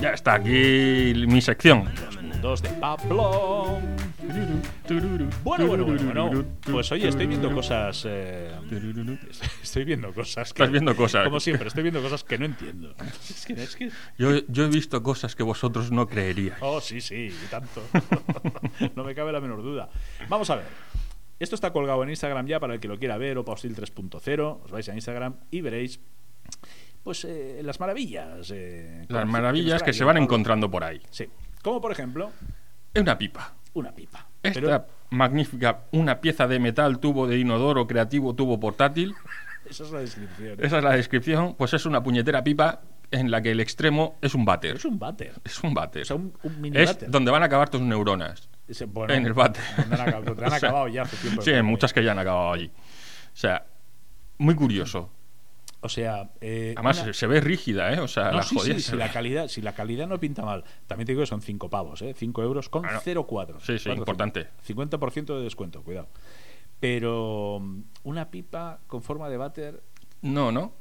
S2: Ya está aquí mi sección.
S1: Dos de Pablo. Bueno, bueno, bueno, bueno. Pues oye, estoy viendo cosas. eh, Estoy viendo cosas. que-
S2: Estás viendo cosas.
S1: Como siempre, estoy viendo cosas que no entiendo. Es que, es que-
S2: Yo, yo he visto cosas que vosotros no creeríais.
S1: Oh, sí, sí, y tanto. No me cabe la menor duda. Vamos a ver. Esto está colgado en Instagram ya para el que lo quiera ver, o Hostil 3.0. Os vais a Instagram y veréis. Pues eh, las maravillas. eh,
S2: Las
S1: nos
S2: maravillas
S1: trae
S2: que se van
S1: Pablo.
S2: encontrando por ahí.
S1: Sí. Como por ejemplo,
S2: Es una pipa.
S1: una pipa.
S2: Esta
S1: Pero
S2: magnífica, una pieza de metal, tubo de inodoro, creativo, tubo portátil.
S1: esa es la descripción.
S2: Esa es la descripción. Pues es una puñetera pipa en la que el extremo es un váter.
S1: Es un váter.
S2: Es un váter.
S1: O sea, un, un mini
S2: es
S1: váter.
S2: donde van a acabar tus neuronas.
S1: Ese- bueno,
S2: en el váter.
S1: donde han acabado, donde han
S2: O sea,
S1: acabado ya hace tiempo.
S2: Sí, hay muchas que ya han acabado allí. O sea, muy curioso.
S1: O sea, eh,
S2: Además,
S1: una-
S2: se- se ve rígida, ¿eh? O sea,
S1: No,
S2: la
S1: sí, sí,
S2: jodida se
S1: si
S2: ve-
S1: la calidad, si la calidad no pinta mal. También te digo que son 5 pavos, ¿eh? 5 euros con
S2: Ah, no.
S1: 0,4.
S2: Sí, sí,
S1: Cuatro,
S2: importante.
S1: cinco. 50% de descuento, cuidado. Pero mm, una pipa con forma de váter.
S2: No, no.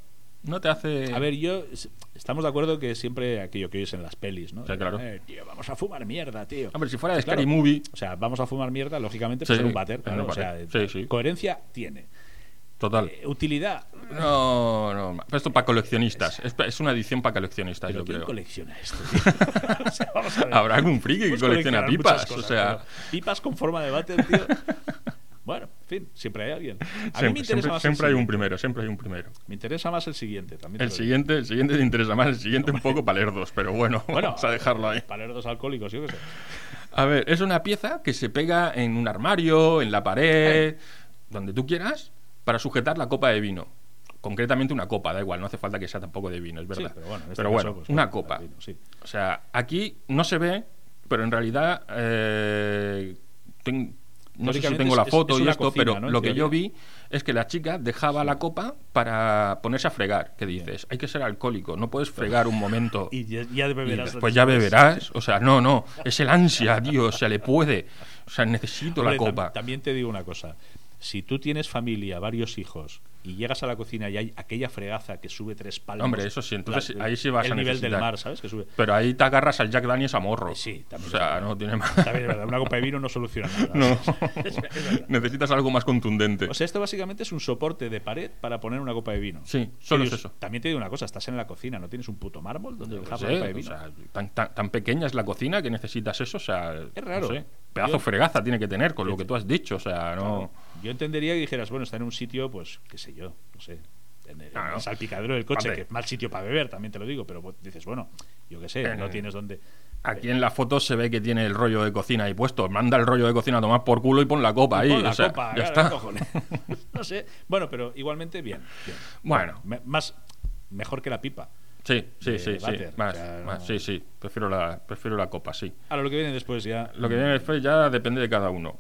S2: No te hace.
S1: A ver, yo. s- Estamos de acuerdo que siempre aquello que oyes en las pelis, ¿no?
S2: Sí, claro.
S1: Eh, tío, vamos a fumar mierda, tío. Pues
S2: Hombre, si fuera de
S1: Claro.
S2: Scary Movie.
S1: O sea, vamos a fumar mierda, lógicamente, pues
S2: Sí,
S1: en un váter.
S2: en
S1: claro,
S2: un
S1: o sea,
S2: váter. Sí, sí.
S1: coherencia tiene.
S2: Total.
S1: Eh, utilidad.
S2: No, no. Pero esto para coleccionistas. Es, pa- es una edición para coleccionistas,
S1: ¿Pero
S2: yo
S1: quién
S2: creo.
S1: colecciona esto? tío? O sea, vamos a ver.
S2: Habrá algún friki que
S1: Puedes
S2: colecciona
S1: coleccionar
S2: pipas.
S1: muchas cosas,
S2: o sea,
S1: pero pipas con forma de váter, tío. Bueno, en fin, siempre hay alguien. A mí me
S2: siempre,
S1: interesa
S2: siempre-
S1: más
S2: siempre
S1: el
S2: hay un
S1: siguiente.
S2: primero, siempre hay un primero.
S1: Me interesa más el siguiente también. te
S2: El
S1: lo digo.
S2: siguiente, el siguiente te interesa más, el siguiente un poco palerdos, pero bueno,
S1: Bueno,
S2: vamos a dejarlo ahí.
S1: Palerdos alcohólicos, yo qué sé.
S2: A ver, es una pieza que se pega en un armario, en la pared, donde tú quieras, para sujetar la copa de vino. Concretamente una copa, da igual, no hace falta que sea tampoco de vino, es verdad.
S1: Sí, pero bueno, en este
S2: Pero
S1: caso,
S2: bueno,
S1: pues,
S2: una
S1: bueno,
S2: copa.
S1: vino, sí.
S2: O sea, aquí no se ve, pero en realidad eh, ten- no sé si
S1: Teóricamente
S2: tengo
S1: es-
S2: la
S1: es-
S2: foto
S1: es
S2: y
S1: una
S2: esto,
S1: cocina,
S2: pero
S1: ¿no? En
S2: lo que yo
S1: teoría.
S2: vi es que la chica dejaba la copa para ponerse a fregar. Que dices, hay que ser alcohólico, no puedes fregar un momento.
S1: Y ya, ya beberás.
S2: Pues ya beberás. O sea, no, no. Es el ansia, tío. O sea, le puede. O sea, necesito la
S1: Hombre, tam-
S2: copa.
S1: también te digo una cosa. Si tú tienes familia, varios hijos, y llegas a la cocina y hay aquella fregaza que sube tres palmos.
S2: Hombre, eso sí, entonces
S1: la-
S2: ahí sí vas
S1: el
S2: a
S1: nivel del
S2: necesitar.
S1: mar, ¿sabes? Que sube.
S2: Pero ahí te agarras al Jack Daniels a morro.
S1: Sí, también
S2: O
S1: es
S2: sea,
S1: verdad.
S2: no tiene más.
S1: También es verdad, una copa de vino no soluciona nada.
S2: No.
S1: Es verdad.
S2: Necesitas algo más contundente.
S1: O sea, esto básicamente es un soporte de pared para poner una copa de vino.
S2: Sí, solo es
S1: Pero
S2: eso.
S1: También te digo una cosa, estás en la cocina, ¿no tienes un puto mármol donde
S2: Yo
S1: dejar
S2: qué
S1: la copa
S2: sé,
S1: de
S2: o
S1: vino?
S2: sea, tan, tan- tan pequeña es la cocina que necesitas eso. O sea,
S1: Es raro.
S2: no sé, pedazo
S1: Yo-
S2: fregaza tiene que tener con lo que tú has dicho. O sea, no.
S1: Yo entendería que dijeras, bueno, está en un sitio, pues, qué sé yo, no sé, en el,
S2: No,
S1: en el
S2: no.
S1: salpicadero del coche,
S2: Hombre.
S1: que es mal sitio para beber, también te lo digo, pero bueno, dices, bueno, yo qué sé,
S2: Eh,
S1: no tienes dónde...
S2: Aquí en la foto se ve que tiene el rollo de cocina ahí puesto. Manda el rollo de cocina a tomar por culo y pon la copa ahí.
S1: Pon la
S2: o sea,
S1: copa,
S2: ya
S1: claro,
S2: está.
S1: cojones. no no sé. Bueno, pero igualmente bien. bien.
S2: Bueno.
S1: Me- más, mejor que la pipa.
S2: Sí, sí,
S1: de
S2: sí, sí.
S1: váter,
S2: Más,
S1: o sea, no-
S2: más, sí, sí. Prefiero la, prefiero la copa, sí.
S1: Ahora lo que viene después ya.
S2: Lo que viene después ya depende de cada uno.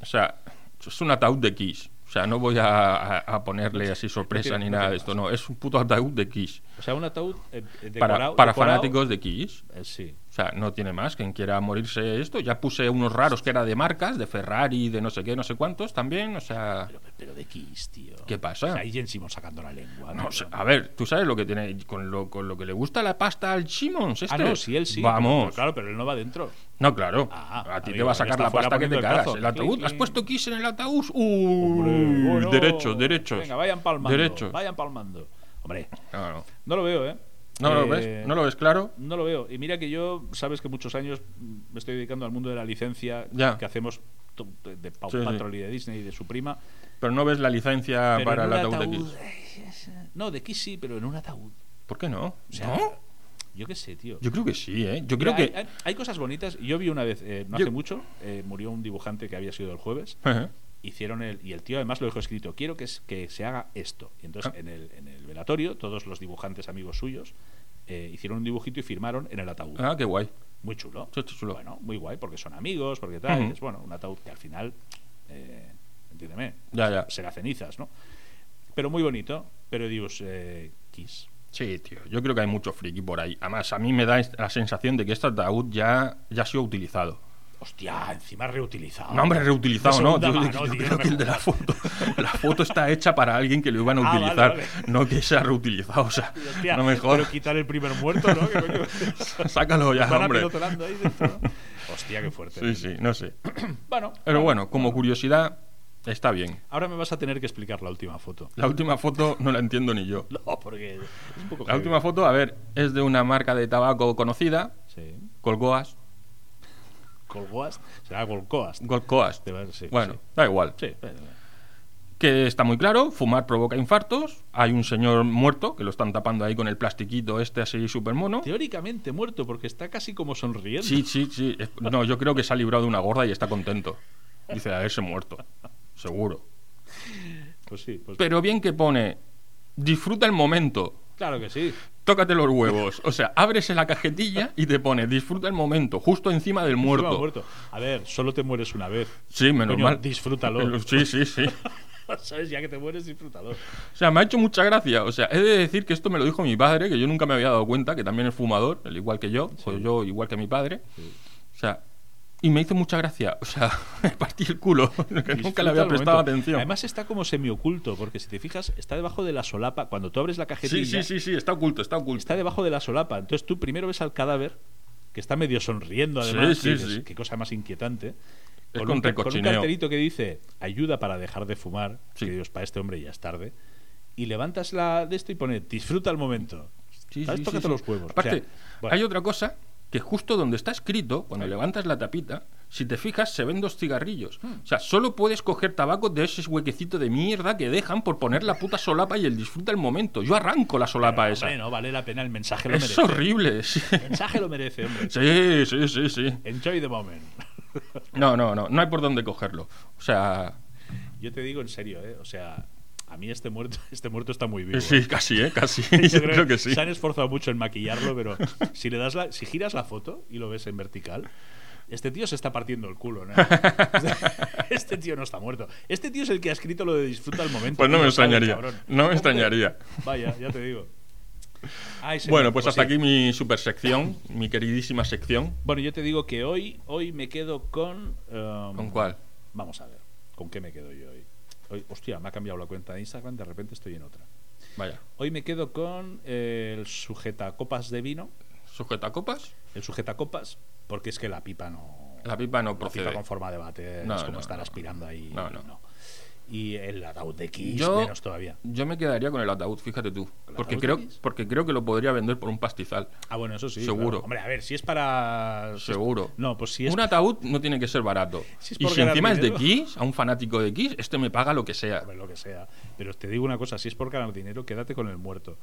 S2: O sea, es un ataúd de Kiss. O sea, no voy a, a- a ponerle así sorpresa
S1: tiene-
S2: ni
S1: no
S2: nada
S1: tiene
S2: de esto, no. Es un puto ataúd de Kiss.
S1: O sea, un ataúd eh, eh,
S2: Para,
S1: decorado-
S2: para
S1: decorado,
S2: fanáticos de Kiss.
S1: eh, sí.
S2: O sea, no tiene más. Quien quiera morirse esto. Ya puse unos raros que era de marcas, de Ferrari, de no sé qué, no sé cuántos también. O sea,
S1: Pero, pero de Kiss, tío.
S2: ¿Qué pasa?
S1: O sea, ahí ya encima sacando la lengua.
S2: no
S1: tío.
S2: sé. A ver, tú sabes lo que tiene. Con lo, con lo que le gusta la pasta al Simmons. Este.
S1: Ah, no, sí, él sí.
S2: Vamos.
S1: Pero, claro, pero él no va dentro.
S2: No, claro.
S1: Ah,
S2: a ti te
S1: amigo,
S2: va a
S1: ya
S2: sacar
S1: está
S2: la
S1: fuera
S2: pasta que
S1: poniendo
S2: te
S1: el
S2: cagas.
S1: brazo.
S2: El ataúd.
S1: Clic,
S2: ¿Has
S1: clic.
S2: puesto Kiss en el ataúd? Uy,
S1: Bueno,
S2: derechos, derechos.
S1: Venga, vayan palmando.
S2: Derechos.
S1: Vayan palmando. Hombre,
S2: No, no.
S1: no lo veo, ¿eh?
S2: ¿No lo
S1: Eh,
S2: ves? ¿No lo ves claro?
S1: No lo veo. Y mira que yo, sabes que muchos años mm, me estoy dedicando al mundo de la licencia
S2: Ya.
S1: que hacemos to- de, de Paw
S2: Sí, sí.
S1: Patrol y de Disney y de su prima.
S2: Pero no ves la licencia
S1: Pero
S2: para
S1: en
S2: el
S1: un
S2: ataúd de Kiss.
S1: eh, No, de Kiss sí, pero en un ataúd.
S2: ¿Por qué no?
S1: O sea,
S2: ¿No?
S1: Yo qué sé, tío.
S2: Yo creo que sí, ¿eh? Yo creo
S1: Mira, hay,
S2: que...
S1: hay- hay cosas bonitas. Yo vi una vez, eh, no
S2: Yo-
S1: hace mucho, eh, murió un dibujante que había sido el jueves.
S2: Ajá.
S1: hicieron el y el tío además lo dejó escrito quiero que, es- que se haga esto y entonces
S2: Ah.
S1: en, el, en el velatorio todos los dibujantes amigos suyos eh, hicieron un dibujito y firmaron en el ataúd
S2: Ah, qué guay.
S1: muy chulo
S2: Sí, sí, chulo.
S1: bueno muy guay porque son amigos porque tal
S2: Ujú.
S1: y es bueno un ataúd que al final eh, entiéndeme
S2: Ya, ya.
S1: será cenizas no pero muy bonito pero Dios eh, Kiss
S2: Sí, tío. Yo creo que hay mucho friki por ahí. Además, a mí me da la sensación de que este ataúd ya, ya ha sido utilizado.
S1: hostia encima reutilizado
S2: No, hombre, reutilizado, no.
S1: Ah, segunda
S2: Yo,
S1: mano,
S2: yo
S1: tío,
S2: creo
S1: no me
S2: que el de la
S1: jodas.
S2: foto. La foto está hecha para alguien que lo iban a
S1: Ah, vale,
S2: utilizar.
S1: vale.
S2: No que se ha reutilizado. O sea,
S1: Y, hostia,
S2: no me
S1: pero
S2: jodas.
S1: quitar el primer muerto no ¿Qué coño?
S2: Sácalo ya,
S1: Van
S2: hombre.
S1: apilotonando ahí dentro. Ah, hostia qué fuerte
S2: Sí, sí, no sé.
S1: bueno
S2: Pero bueno, como curiosidad, está bien.
S1: Ahora me vas a tener que explicar la última foto.
S2: La última foto no la entiendo ni yo.
S1: No, porque es un poco.
S2: La última foto, a ver, es de una marca de tabaco conocida,
S1: Sí.
S2: Colgoas.
S1: Colgoast. Será Golcoast.
S2: Colgoas.
S1: De ver, sí,
S2: Bueno,
S1: sí.
S2: da igual.
S1: Sí. eh, bueno,
S2: que está muy claro, fumar provoca infartos, hay un señor muerto que lo están tapando ahí con el plastiquito este así súper mono.
S1: Teóricamente muerto, porque está casi como sonriendo.
S2: Sí, sí, sí. Es- No, yo creo que se ha librado de una gorda y está contento. Dice de haberse muerto, seguro.
S1: Pues sí, pues
S2: Pero bien que pone, disfruta el momento,
S1: claro que sí.
S2: tócate los huevos. O sea, ábrese la cajetilla y te pone, disfruta el momento, justo encima del muerto.
S1: Encima muerto. A ver, solo te mueres una vez.
S2: Sí, menos
S1: Coño,
S2: mal.
S1: disfrútalo.
S2: Sí, sí, sí.
S1: ¿Sabes? Ya que te mueres, disfrútalo.
S2: O sea, me ha hecho mucha gracia. O sea, he de decir que esto me lo dijo mi padre, que yo nunca me había dado cuenta, que también es fumador, el igual que yo, o yo igual que mi padre. O sea, y me hizo mucha gracia. O sea, me partí el culo, que nunca le
S1: Disfruta
S2: había
S1: el
S2: prestado
S1: momento.
S2: atención.
S1: Además está como semioculto, porque si te fijas, está debajo de la solapa. Cuando tú abres la
S2: sí,
S1: cajetilla,
S2: sí, sí, sí, está oculto, está oculto.
S1: está debajo de la solapa. Entonces tú primero ves al cadáver, que está medio sonriendo además.
S2: Sí,
S1: y
S2: sí,
S1: dices,
S2: sí.
S1: Qué cosa más inquietante.
S2: Es
S1: un,
S2: con
S1: ca- un
S2: recochineo.
S1: carterito que dice ayuda para dejar de fumar.
S2: Sí.
S1: Que Dios, para este hombre ya es tarde. Y levantas la de esto y pone disfruta el momento.
S2: Sí,
S1: ¿Sabes?
S2: sí,
S1: Tócate
S2: sí, sí.
S1: los huevos. O
S2: Aparte,
S1: sea, bueno,
S2: hay otra cosa que justo donde está escrito, cuando levantas la tapita, si te fijas, se ven dos cigarrillos.
S1: Hmm.
S2: O sea, solo puedes coger tabaco de ese huequecito de mierda que dejan por poner la puta solapa y el disfruta el momento. Yo arranco la solapa
S1: hombre,
S2: esa.
S1: no vale la pena, el mensaje lo
S2: Es
S1: merece.
S2: horrible. Sí.
S1: El mensaje lo merece, hombre.
S2: sí, sí, sí, sí.
S1: Enjoy the moment.
S2: No, no, no. No hay por dónde cogerlo. O sea,
S1: Yo te digo en serio, ¿eh? O sea, a mí este muerto, este muerto está muy vivo. ¿eh?
S2: sí, casi, ¿eh? Casi.
S1: Yo
S2: Yo creo que sí.
S1: Se han esforzado mucho en maquillarlo, pero si le das la, si giras la foto y lo ves en vertical, este tío se está partiendo el culo, ¿no? Este tío no está muerto. Este tío es el que ha escrito lo de disfruta el momento.
S2: Pues no
S1: Y
S2: me
S1: lo sabe,
S2: extrañaría.
S1: cabrón.
S2: No me
S1: Hombre,
S2: extrañaría.
S1: Vaya, ya te digo. Ay, señor,
S2: Bueno, pues hasta
S1: sí.
S2: aquí mi super sección, mi queridísima sección.
S1: Bueno, yo te digo que hoy, hoy me quedo con. em,
S2: ¿Con cuál?
S1: Vamos a ver, ¿con qué me quedo yo hoy? hoy? Hostia, me ha cambiado la cuenta de Instagram, de repente estoy en otra.
S2: Vaya.
S1: Hoy me quedo con eh, el sujeta copas de vino,
S2: ¿Sujeta copas?
S1: el sujeta copas, porque es que la pipa no.
S2: La pipa no
S1: la
S2: procede.
S1: pipa con forma de bate
S2: No,
S1: es como
S2: no,
S1: estar
S2: no.
S1: aspirando ahí.
S2: No, no.
S1: Y el ataúd de Kiss,
S2: Yo-
S1: menos todavía.
S2: Yo me quedaría con el ataúd, fíjate tú.
S1: ¿El
S2: Porque
S1: ataúd
S2: creo,
S1: dices?
S2: porque creo que lo podría vender por un pastizal.
S1: Ah, bueno, eso sí.
S2: Seguro.
S1: claro. Hombre, a ver, si es para. si es-
S2: Seguro.
S1: No, pues si es.
S2: Un ataúd no tiene que ser barato.
S1: Si es
S2: y
S1: por
S2: si encima
S1: ganar
S2: es de
S1: dinero.
S2: Kiss, a un fanático de Kiss, este me paga lo que sea.
S1: Hombre, lo que sea. Pero te digo una cosa, si es por ganar dinero, quédate con el muerto.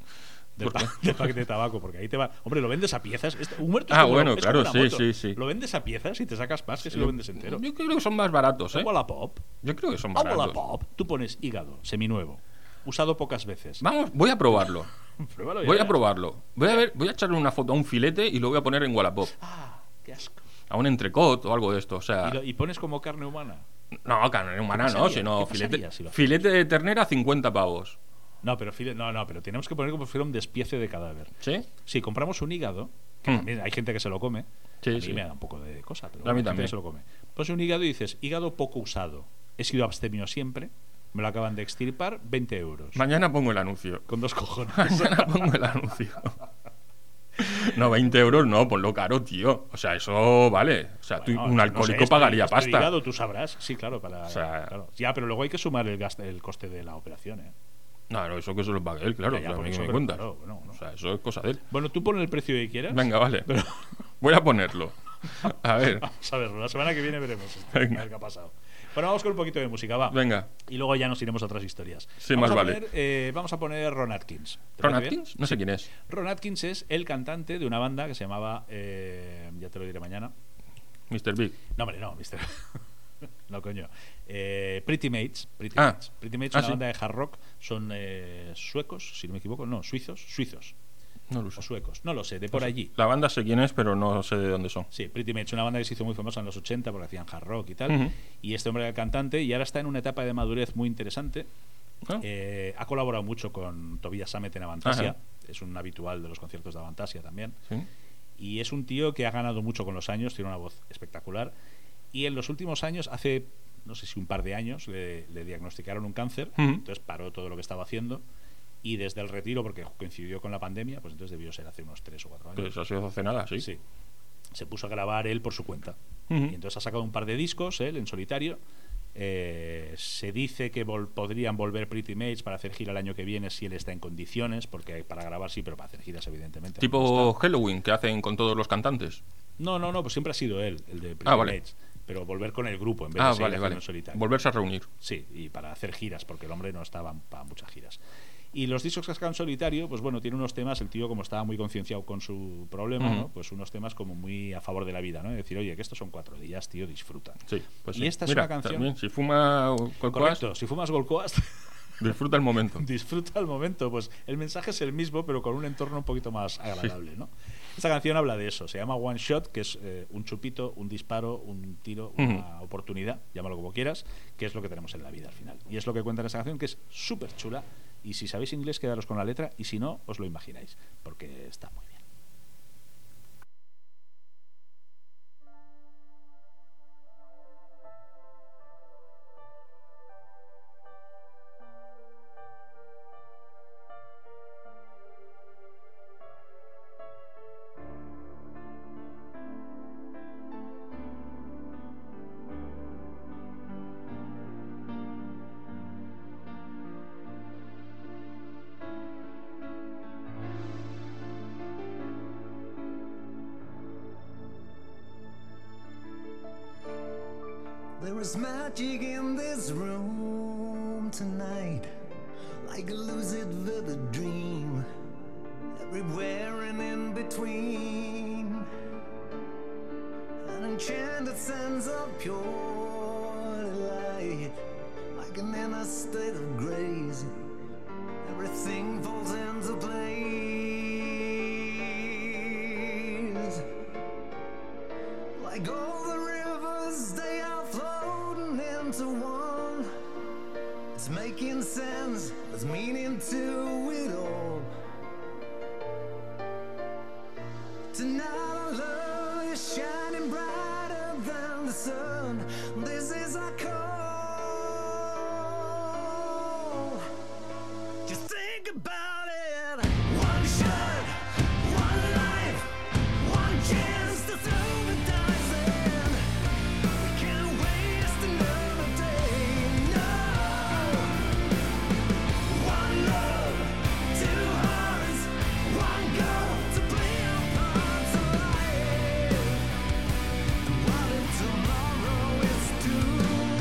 S1: Del, pa- del paquete de tabaco, porque ahí te va. Hombre, lo vendes a piezas. Es- Un muerto
S2: Ah,
S1: es como-
S2: bueno,
S1: es
S2: claro,
S1: como una
S2: sí,
S1: moto.
S2: sí, sí.
S1: Lo vendes a piezas y te sacas más que si lo vendes entero.
S2: Yo creo que son más baratos, ¿eh?
S1: A Wallapop.
S2: Yo creo que son
S1: A
S2: baratos.
S1: Wallapop. Tú pones hígado, seminuevo. Usado pocas veces.
S2: Vamos, voy a probarlo.
S1: Pruébalo y
S2: Voy a
S1: verás.
S2: probarlo. Voy a ver, voy a echarle una foto a un filete y lo voy a poner en Wallapop.
S1: Ah, qué asco.
S2: A un entrecot o algo de esto. O sea,
S1: Y, lo- y pones como carne humana.
S2: no, carne humana
S1: ¿Qué
S2: no,
S1: pasaría?
S2: sino
S1: ¿Qué pasaría
S2: filete,
S1: si lo-
S2: filete de ternera 50 pavos.
S1: No, pero file- no, no, pero tenemos que poner como si fuera un despiece de cadáver.
S2: ¿Sí?
S1: Si compramos un hígado, que
S2: Mm.
S1: también hay gente que se lo come,
S2: Sí,
S1: a mí
S2: sí.
S1: me da un poco de cosa, pero
S2: A mí
S1: hay gente
S2: también.
S1: que se lo come. Pones un hígado y dices, hígado poco usado. He sido abstemio siempre, me lo acaban de extirpar, 20 euros.
S2: Mañana pongo el anuncio.
S1: Con dos cojones.
S2: Mañana pongo el anuncio. No, 20 euros no, ponlo caro, tío. O sea, eso vale. O sea, tú-
S1: Bueno,
S2: un
S1: no
S2: alcohólico
S1: sé, este-
S2: pagaría
S1: este
S2: pasta.
S1: hígado tú sabrás, sí, claro, para.
S2: O sea-
S1: claro. Ya, pero luego hay que sumar el, gasto, el coste de la operación, ¿eh?
S2: No, no, eso que se lo pague él, claro.
S1: Ya, ya,
S2: o sea,
S1: por
S2: a mí
S1: eso,
S2: que me
S1: pero
S2: cuentas.
S1: claro, bueno, no.
S2: O sea, eso es cosa de él.
S1: Bueno, tú pon el precio que quieras.
S2: Venga, vale.
S1: Pero
S2: Voy a ponerlo. A ver,
S1: vamos a verlo. La semana que viene veremos esto,
S2: Venga.
S1: a ver qué ha pasado. Bueno, vamos con un poquito de música, va.
S2: venga.
S1: Y luego ya nos iremos a otras historias.
S2: Sí,
S1: vamos
S2: más
S1: a
S2: vale.
S1: Poner, eh, vamos a poner Ron Atkins. ¿Te
S2: ¿Ron
S1: parece bien?
S2: Atkins? No sé quién es.
S1: Ron Atkins es el cantante de una banda que se llamaba. eh, ya te lo diré mañana.
S2: Mr. Big.
S1: No, hombre, no, mister. no, coño. Eh, Pretty Mates. Pretty
S2: Ah.
S1: Mates, Pretty Mates
S2: Ah,
S1: una
S2: sí.
S1: banda de hard rock. Son eh, suecos, si no me equivoco. No, suizos. Suizos.
S2: No lo
S1: O
S2: sé.
S1: suecos. No lo sé, de por allí.
S2: La banda sé quién es, pero no sé de dónde son.
S1: Sí, Pretty Mates, una banda que se hizo muy famosa en los 80 porque hacían hard rock y tal.
S2: Ujú.
S1: Y este hombre era el cantante y ahora está en una etapa de madurez muy interesante.
S2: ¿No?
S1: Eh, ha colaborado mucho con Tobias Samet en Avantasia.
S2: Ajá.
S1: Es un habitual de los conciertos de Avantasia también.
S2: Sí.
S1: Y es un tío que ha ganado mucho con los años, tiene una voz espectacular. Y en los últimos años, hace no sé si un par de años, le, le diagnosticaron un cáncer.
S2: Ujú.
S1: Entonces paró todo lo que estaba haciendo. Y desde el retiro, porque coincidió con la pandemia, pues entonces debió ser hace unos tres o cuatro años.
S2: Pues ha sido hace nada, sí.
S1: Sí. Se puso a grabar él por su cuenta.
S2: Ujú.
S1: Y entonces ha sacado un par de discos, él en solitario. Eh, se dice que vol- podrían volver Pretty Mates para hacer gira el año que viene si él está en condiciones, porque para grabar sí, pero para hacer giras, evidentemente. no
S2: Tipo
S1: está.
S2: Halloween que hacen con todos los cantantes.
S1: No, no, no, pues siempre ha sido él, el de Pretty
S2: Ah, vale.
S1: Mates. Pero volver con el grupo en vez
S2: Ah,
S1: de seguir
S2: vale,
S1: haciendo
S2: vale.
S1: en solitario.
S2: Volverse a reunir.
S1: Sí, y para hacer giras, porque el hombre no estaba para muchas giras. Y los discos que ha sacado en solitario, pues bueno, tiene unos temas, el tío como estaba muy concienciado con su problema,
S2: Ujú.
S1: ¿no? Pues unos temas como muy a favor de la vida, ¿no? Y decir, oye, que estos son cuatro días, tío, disfruta.
S2: Sí, pues
S1: Y
S2: sí.
S1: esta es
S2: Mira,
S1: una canción-
S2: También, si fuma o colcoas,
S1: Correcto, si fumas Golcoast,
S2: disfruta el momento.
S1: disfruta el momento. Pues el mensaje es el mismo, pero con un entorno un poquito más agradable, ¿no? Esta canción habla de eso, se llama One Shot, que es eh, un chupito, un disparo, un tiro, una oportunidad, llámalo como quieras, que es lo que tenemos en la vida al final. Y es lo que cuenta en esta canción, que es súper chula. Y si sabéis inglés, quedaros con la letra, y si no, os lo imagináis, porque está muy bien.
S4: There is magic in this room tonight, like a lucid, vivid dream, everywhere and in between. An enchanted sense of pure delight, like an inner state of grace, everything falls into place. Like all the rivers, they are floating into one. It's making sense, there's meaning to it all. Tonight, our love is shining brighter than the sun. This is our call. Just think about it. One shot, one life, one chance to throw the dice in. We can't waste another day. No. One love, two hearts, one goal to play our parts alive. What if tomorrow is too late?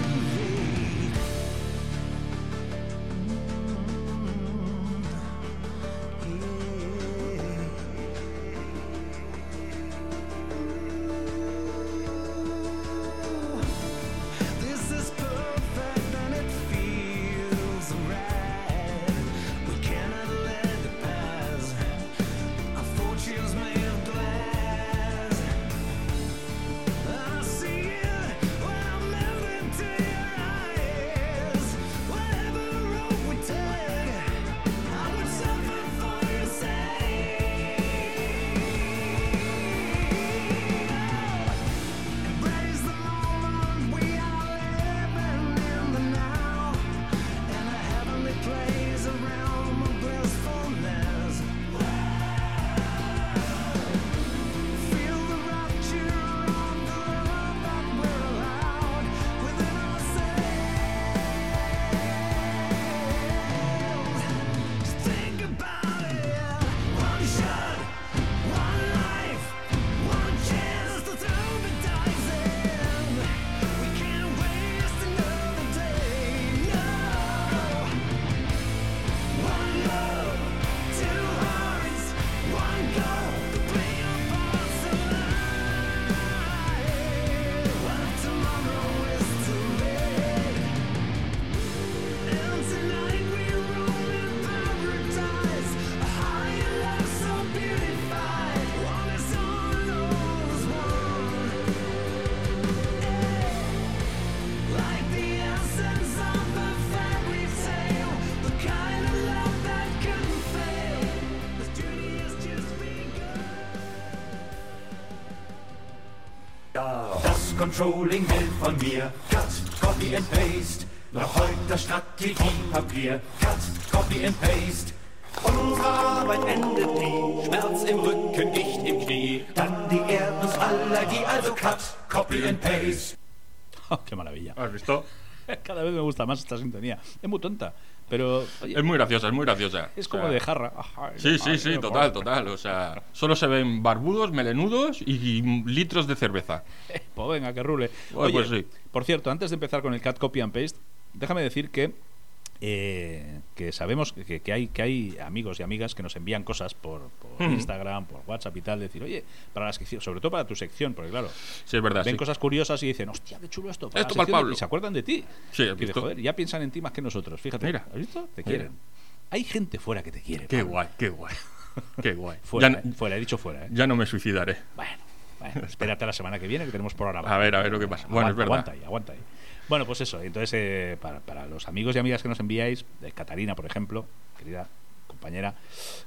S5: Controlling will von mir. Cut, Copy and Paste. Noch heute das Strategiepapier. Cut, Copy and Paste. Unsere Arbeit endet nie. Schmerz im Rücken, Gicht im Knie. Dann die Erdnussallergie. Also Cut, Copy and Paste.
S1: Oh, ¡Qué maravilla!
S2: ¿Has visto?
S1: Cada vez me gusta más esta sintonía. Es muy tonta, pero oye,
S2: Es muy graciosa, es muy graciosa.
S1: es
S2: O
S1: como
S2: sea,
S1: de jarra. Ajá,
S2: eh, Sí, sí,
S1: madre,
S2: sí,
S1: qué
S2: total,
S1: guay.
S2: total. O sea, solo se ven barbudos, melenudos y litros de cerveza.
S1: Pues venga, que rule.
S2: Oye, pues sí.
S1: Por cierto, antes de empezar con el cat copy and paste, déjame decir que eh, que sabemos que, que hay que hay amigos y amigas que nos envían cosas por, por
S2: Mm.
S1: Instagram, por WhatsApp y tal, decir, oye, para las que sobre todo para tu sección, porque claro,
S2: Sí, es verdad.
S1: ven
S2: Ah, sí.
S1: cosas curiosas y dicen, hostia, qué chulo esto. la
S2: Esto para
S1: sección
S2: el
S1: de-
S2: Pablo.
S1: Y se acuerdan de ti.
S2: Sí, ¿has
S1: Y de,
S2: visto?
S1: joder, ya piensan en ti más que nosotros. Fíjate,
S2: Mira.
S1: ¿has visto? Te
S2: Mira.
S1: quieren. Hay gente fuera que te quiere.
S2: Qué
S1: Pablo.
S2: guay, qué guay. Qué guay.
S1: Fuera,
S2: Ya
S1: eh,
S2: n-
S1: fuera, he dicho fuera, ¿eh?
S2: ya no me suicidaré.
S1: Bueno, bueno, espérate a la semana que viene que tenemos programa.
S2: A ver, a ver lo que pasa. Bueno,
S1: Aguanta,
S2: es verdad.
S1: Aguanta ahí, aguanta ahí. Bueno, pues eso. Entonces, eh, para, para los amigos y amigas que nos enviáis, de Catarina, por ejemplo, querida compañera,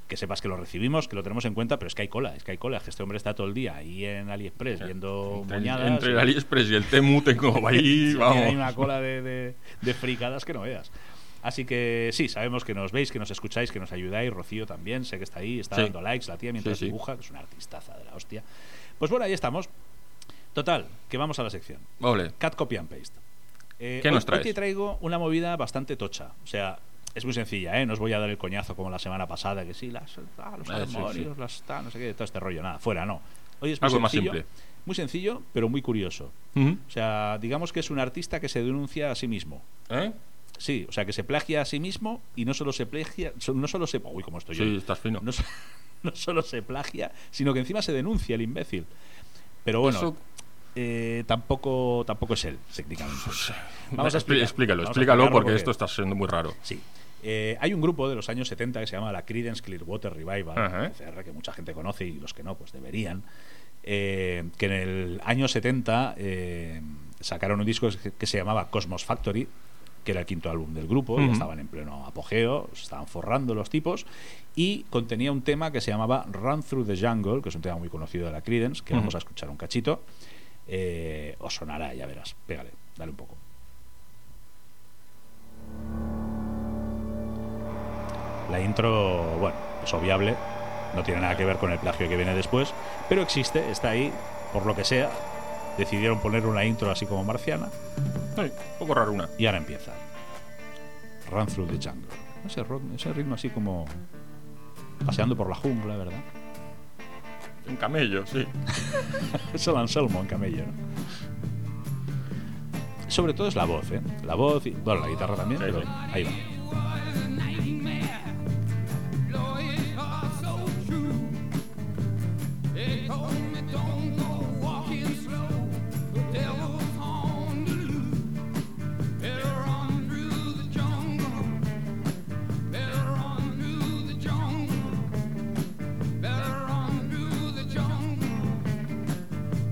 S1: que sepas que lo recibimos, que lo tenemos en cuenta, pero es que hay cola, es que hay cola, es que este hombre está todo el día ahí en AliExpress viendo
S2: Entre-
S1: moñadas.
S2: Entre el AliExpress y el Temu tengo ahí,
S1: ¿eh? Sí, Hay una
S2: vamos.
S1: cola de, de, de fricadas que no veas. Así que sí, sabemos que nos veis, que nos escucháis, que nos ayudáis. Rocío también, sé que está ahí, está
S2: Sí.
S1: dando likes la tía mientras
S2: Sí, sí.
S1: dibuja, que es una artistaza de la hostia. Pues bueno, ahí estamos. Total, que vamos a la sección.
S2: Ole.
S1: Cat copy and paste. Eh,
S2: ¿Qué
S1: hoy-
S2: nos
S1: hoy
S2: traes?
S1: te traigo una movida bastante tocha. O sea, es muy sencilla, ¿eh? No os voy a dar el coñazo como la semana pasada, que sí, las, ah, los
S2: Eh, sí,
S1: armonios,
S2: sí.
S1: las tal, no sé qué, todo este rollo, nada, fuera, no. Hoy es muy
S2: Algo más
S1: sencillo,
S2: simple.
S1: Muy sencillo, pero muy curioso.
S2: Ujú.
S1: O sea, digamos que es un artista que se denuncia a sí mismo.
S2: ¿Eh?
S1: Sí, o sea, que se plagia a sí mismo y no solo se plagia, so- no solo se... Uy, cómo estoy yo.
S2: Sí, estás fino.
S1: No, so- no solo se plagia, sino que encima se denuncia el imbécil. Pero bueno,
S2: Eso-
S1: eh, tampoco, tampoco es él, técnicamente. Vamos a explicar. Vamos
S2: Expli- Explícalo,
S1: a
S2: explícalo
S1: explicarlo
S2: porque, esto está siendo muy raro.
S1: Sí. Eh, hay un grupo de los años 70 que se llama la Creedence Clearwater Revival,
S2: Ajá.
S1: CCR, que mucha gente conoce y los que no, pues deberían. eh, que en el año 70 eh, sacaron un disco que- que se llamaba Cosmos Factory, que era el quinto álbum del grupo, ya
S2: Ujú.
S1: estaban en pleno apogeo, se estaban forrando los tipos, y contenía un tema que se llamaba Run Through the Jungle, que es un tema muy conocido de la Creedence, que
S2: Ujú.
S1: vamos a escuchar un cachito. Eh, os sonará, ya verás. Pégale, dale un poco. La intro, bueno, es obviable, no tiene nada que ver con el plagio que viene después, pero existe, está ahí, por lo que sea. Decidieron poner una intro así como marciana
S2: Sí, un poco raro una.
S1: y ahora empieza. Run through the jungle. Ese, ro- ese ritmo así como paseando por la jungla, ¿verdad?
S2: Un camello, sí.
S1: Es el Anselmo en camello, ¿no? Sobre todo es la voz, ¿eh? La voz y, bueno, la guitarra también,
S2: Sí,
S1: pero
S2: sí.
S1: ahí va.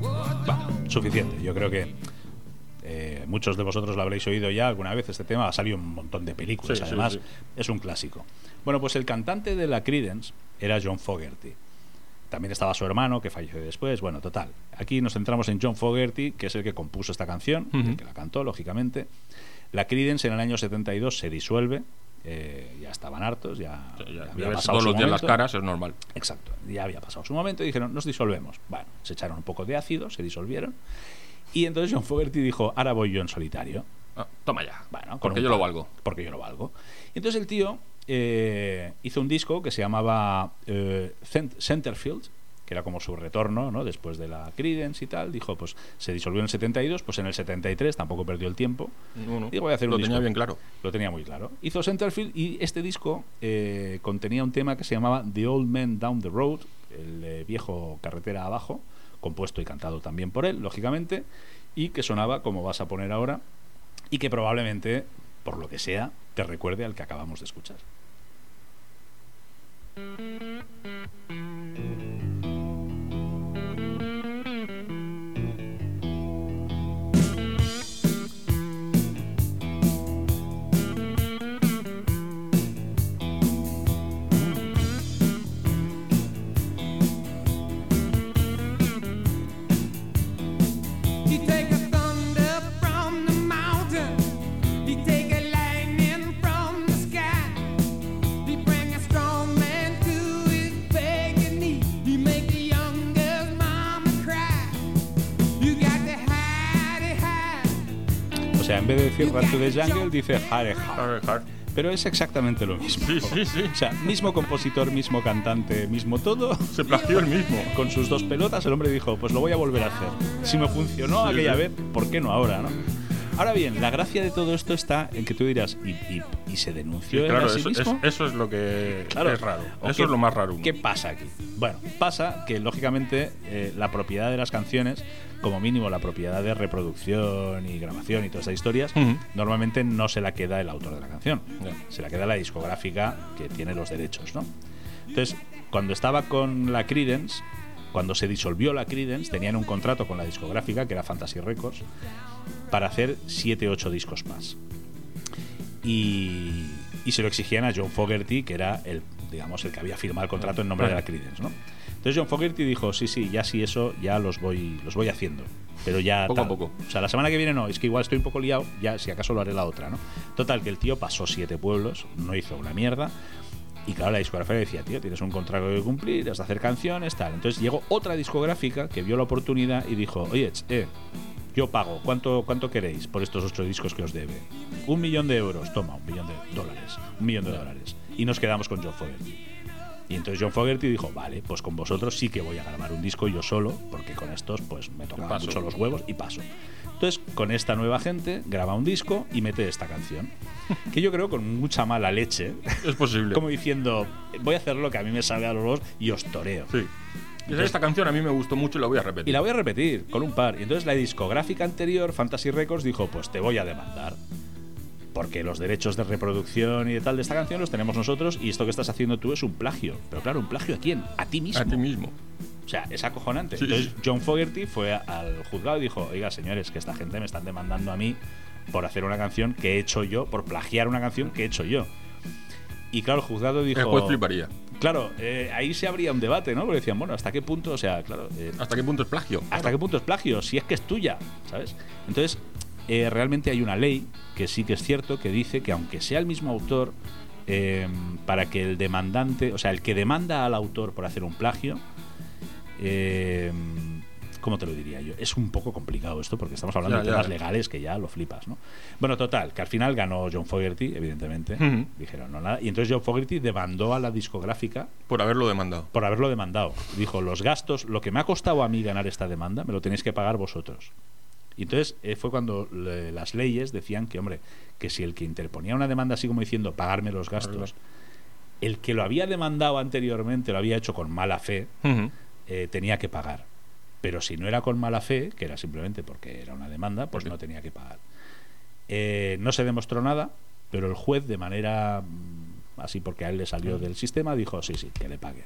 S1: Va, suficiente. Yo creo que eh, muchos de vosotros lo habréis oído ya alguna vez. Este tema ha salido en un montón de películas,
S2: Sí, sí,
S1: además.
S2: sí.
S1: Es un clásico. Bueno, pues el cantante de la Creedence era John Fogerty. También estaba su hermano, que falleció después. Bueno, total. Aquí nos centramos en John Fogerty, que es el que compuso esta canción,
S2: Ujú.
S1: el que la cantó, lógicamente. La Creedence en el año 72 se disuelve. eh, ya estaban hartos, ya,
S2: Sí,
S1: ya
S2: ya-
S1: había
S2: ya ves
S1: pasado
S2: todos
S1: su
S2: los días las
S1: momento.
S2: caras, es normal.
S1: Exacto, ya había pasado su momento y dijeron, nos disolvemos. Bueno, se echaron un poco de ácido, se disolvieron. Y entonces John Fogerty dijo, ahora voy yo en solitario,
S2: Ah, toma ya.
S1: Bueno, con
S2: porque
S1: un
S2: yo lo
S1: pa-
S2: valgo.
S1: porque yo lo valgo. Y entonces el tío eh, hizo un disco que se llamaba eh, Cent- Centerfield, que era como su retorno, ¿no? Después de la Creedence y tal, dijo, pues se disolvió en el 72, pues en el 73 tampoco perdió el tiempo.
S2: No, no.
S1: Digo, voy a hacer
S2: lo
S1: un
S2: tenía
S1: disco.
S2: bien claro.
S1: Lo tenía muy claro. Hizo Centerfield y este disco eh, contenía un tema que se llamaba The Old Man Down the Road, el eh, viejo carretera abajo, compuesto y cantado también por él, lógicamente, y que sonaba como vas a poner ahora, y que probablemente, por lo que sea, te recuerde al que acabamos de escuchar.
S6: He taketh
S1: sea, en vez de decir Run to the Jungle, dice Hare Hare.
S2: Hard, hard.
S1: Pero es exactamente lo mismo.
S2: Sí, sí, sí.
S1: O sea, mismo compositor, mismo cantante, mismo todo.
S2: Se plagió el mismo.
S1: Con sus dos pelotas, el hombre dijo: Pues lo voy a volver a hacer. Si me funcionó
S2: Sí,
S1: aquella
S2: sí.
S1: vez, ¿por qué no ahora, no? Ahora bien, la gracia de todo esto está en que tú dirás, ¿y, y- y se
S2: Sí,
S1: denunció él
S2: claro,
S1: a sí
S2: eso,
S1: mismo?
S2: es, eso es lo que
S1: Claro.
S2: es raro.
S1: ¿O
S2: Eso
S1: qué-
S2: es lo más raro.
S1: ¿Qué pasa aquí? Bueno, pasa que lógicamente eh, la propiedad de las canciones, como mínimo la propiedad de reproducción y grabación y todas estas historias,
S2: Ujú.
S1: normalmente no se la queda el autor de la canción,
S2: Ya.
S1: se la queda la discográfica que tiene los derechos, ¿no? Entonces, cuando estaba con la Credence, cuando se disolvió la Credence, tenían un contrato con la discográfica, que era Fantasy Records, para hacer 7-8 discos más y, y se lo exigían a John Fogerty, que era el, digamos, el que había firmado el contrato en nombre de la Creedence, ¿no? Entonces John Fogerty dijo, sí, sí, ya sí eso, ya los voy, los voy haciendo. Pero ya.
S2: Poco a
S1: tal".
S2: poco.
S1: O sea, la semana que viene no, es que igual estoy un poco liado, ya si acaso lo haré la otra, ¿no? Total, que el tío pasó siete pueblos, no hizo una mierda. Y claro, la discográfica decía, tío, tienes un contrato que cumplir, has de hacer canciones, tal. Entonces llegó otra discográfica que vio la oportunidad y dijo, oye, ch, eh, yo pago, ¿cuánto, cuánto queréis por estos ocho discos que os debe? Un millón de euros, toma, un millón de dólares, un millón de dólares. Y nos quedamos con John Fogerty. Y entonces John Fogerty dijo, vale, pues con vosotros sí que voy a grabar un disco yo solo, porque con estos pues me tocan
S2: Paso.
S1: mucho los huevos y paso. Entonces, con esta nueva gente, graba un disco y mete esta canción. Que yo creo con mucha mala leche,
S2: Es posible.
S1: como diciendo, voy a hacer lo que a mí me salga a los dos y os toreo.
S2: Sí. Esa- Esta canción a mí me gustó mucho y la voy a repetir.
S1: Y la voy a repetir con un par. Y entonces la discográfica anterior, Fantasy Records, dijo, pues te voy a demandar. Porque los derechos de reproducción y de tal de esta canción los tenemos nosotros y esto que estás haciendo tú es un plagio. Pero claro, ¿un plagio a quién? A ti mismo.
S2: A ti mismo.
S1: O sea, es acojonante.
S2: Sí,
S1: Entonces
S2: sí.
S1: John Fogerty fue a- al juzgado y dijo, oiga señores, que esta gente me están demandando a mí por hacer una canción que he hecho yo, por plagiar una canción que he hecho yo. Y claro, el juzgado dijo...
S2: El juez fliparía.
S1: Claro, eh, ahí se abría un debate, ¿no? Porque decían, bueno, ¿hasta qué punto? O sea, claro, eh,
S2: ¿Hasta qué punto es plagio?
S1: ¿Hasta qué punto es plagio? Si es que es tuya, ¿sabes? Entonces, eh, realmente hay una ley que sí que es cierto que dice que aunque sea el mismo autor, eh, para que el demandante, o sea, el que demanda al autor por hacer un plagio, eh, ¿cómo te lo diría yo? Es un poco complicado esto porque estamos hablando
S2: Ya,
S1: de
S2: ya.
S1: temas legales que ya lo flipas, ¿no? Bueno, total, que al final ganó John Fogerty, evidentemente.
S2: Ujú.
S1: Dijeron, no nada. Y entonces John Fogerty demandó a la discográfica
S2: Por haberlo demandado.
S1: por haberlo demandado. Dijo, los gastos, lo que me ha costado a mí ganar esta demanda, me lo tenéis que pagar vosotros. Y entonces eh, fue cuando le- las leyes decían que, hombre, que si el que interponía una demanda así como diciendo, pagarme los gastos, el que lo había demandado anteriormente, lo había hecho con mala fe,
S2: Ujú.
S1: eh, tenía que pagar. Pero si no era con mala fe, que era simplemente porque era una demanda, pues no tenía que pagar. Eh, no se demostró nada, pero el juez, de manera mm, así porque a él le salió
S2: Mm.
S1: del sistema, dijo, sí, sí, que le paguen.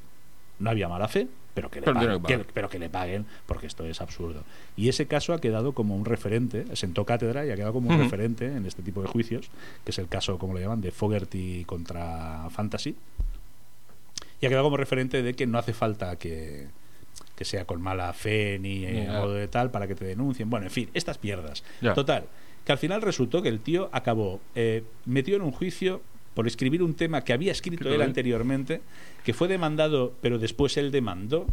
S1: No había mala fe, pero que le,
S2: Pero tiene
S1: paguen,
S2: que pagar.
S1: que- pero que le paguen, porque esto es absurdo. Y ese caso ha quedado como un referente, sentó cátedra y ha quedado como un
S2: Ujú.
S1: referente en este tipo de juicios, que es el caso, como lo llaman, de Fogerty contra Fantasy. Y ha quedado como referente de que no hace falta que, que sea con mala fe ni eh,
S2: Ni nada.
S1: modo de tal para que te denuncien. Bueno, en fin, estas pierdas.
S2: Ya.
S1: Total, que al final resultó que el tío acabó eh, metido en un juicio por escribir un tema que había escrito
S2: Escrito ¿eh?
S1: él
S2: él.
S1: anteriormente, que fue demandado, pero después él demandó.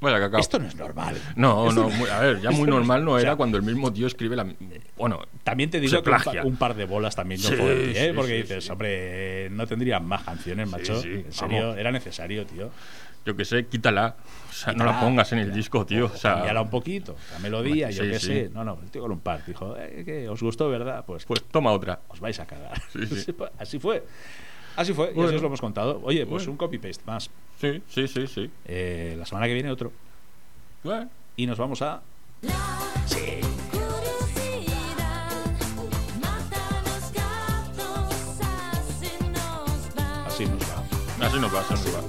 S2: Vaya cacao.
S1: Esto no es normal.
S2: No,
S1: Esto
S2: no, muy- a ver, ya
S1: esto
S2: muy
S1: no es-
S2: normal no
S1: o sea,
S2: era cuando el mismo tío escribe la. Bueno,
S1: También te
S2: Se
S1: digo que un, pa-
S2: plagia.
S1: un par de bolas también no
S2: Sí,
S1: fue, ¿eh?
S2: sí,
S1: porque
S2: sí,
S1: dices,
S2: sí.
S1: hombre, eh, no tendrían más canciones, macho.
S2: sí,
S1: en serio,
S2: vamos.
S1: era necesario, tío.
S2: yo que sé, quítala. O sea, no
S1: Ah,
S2: la pongas en el
S1: ya.
S2: disco, tío. O sea,
S1: Cámbiala un poquito, la melodía, yo
S2: Ah. Sí,
S1: qué
S2: sí.
S1: sé. No, no, el tío con un par dijo, eh, ¿qué? ¿os gustó, verdad? Pues,
S2: pues toma otra.
S1: os vais a cagar. pues,
S2: Sí, sí.
S1: así fue. Así fue, y
S2: Bueno.
S1: así os lo hemos contado. Oye, pues
S2: Bueno.
S1: un copy-paste más.
S2: Sí, sí, sí, sí.
S1: Eh, la semana que viene otro.
S2: Bueno,
S1: Y nos vamos a...
S6: Sí.
S1: Así nos va.
S2: así nos va, así nos va.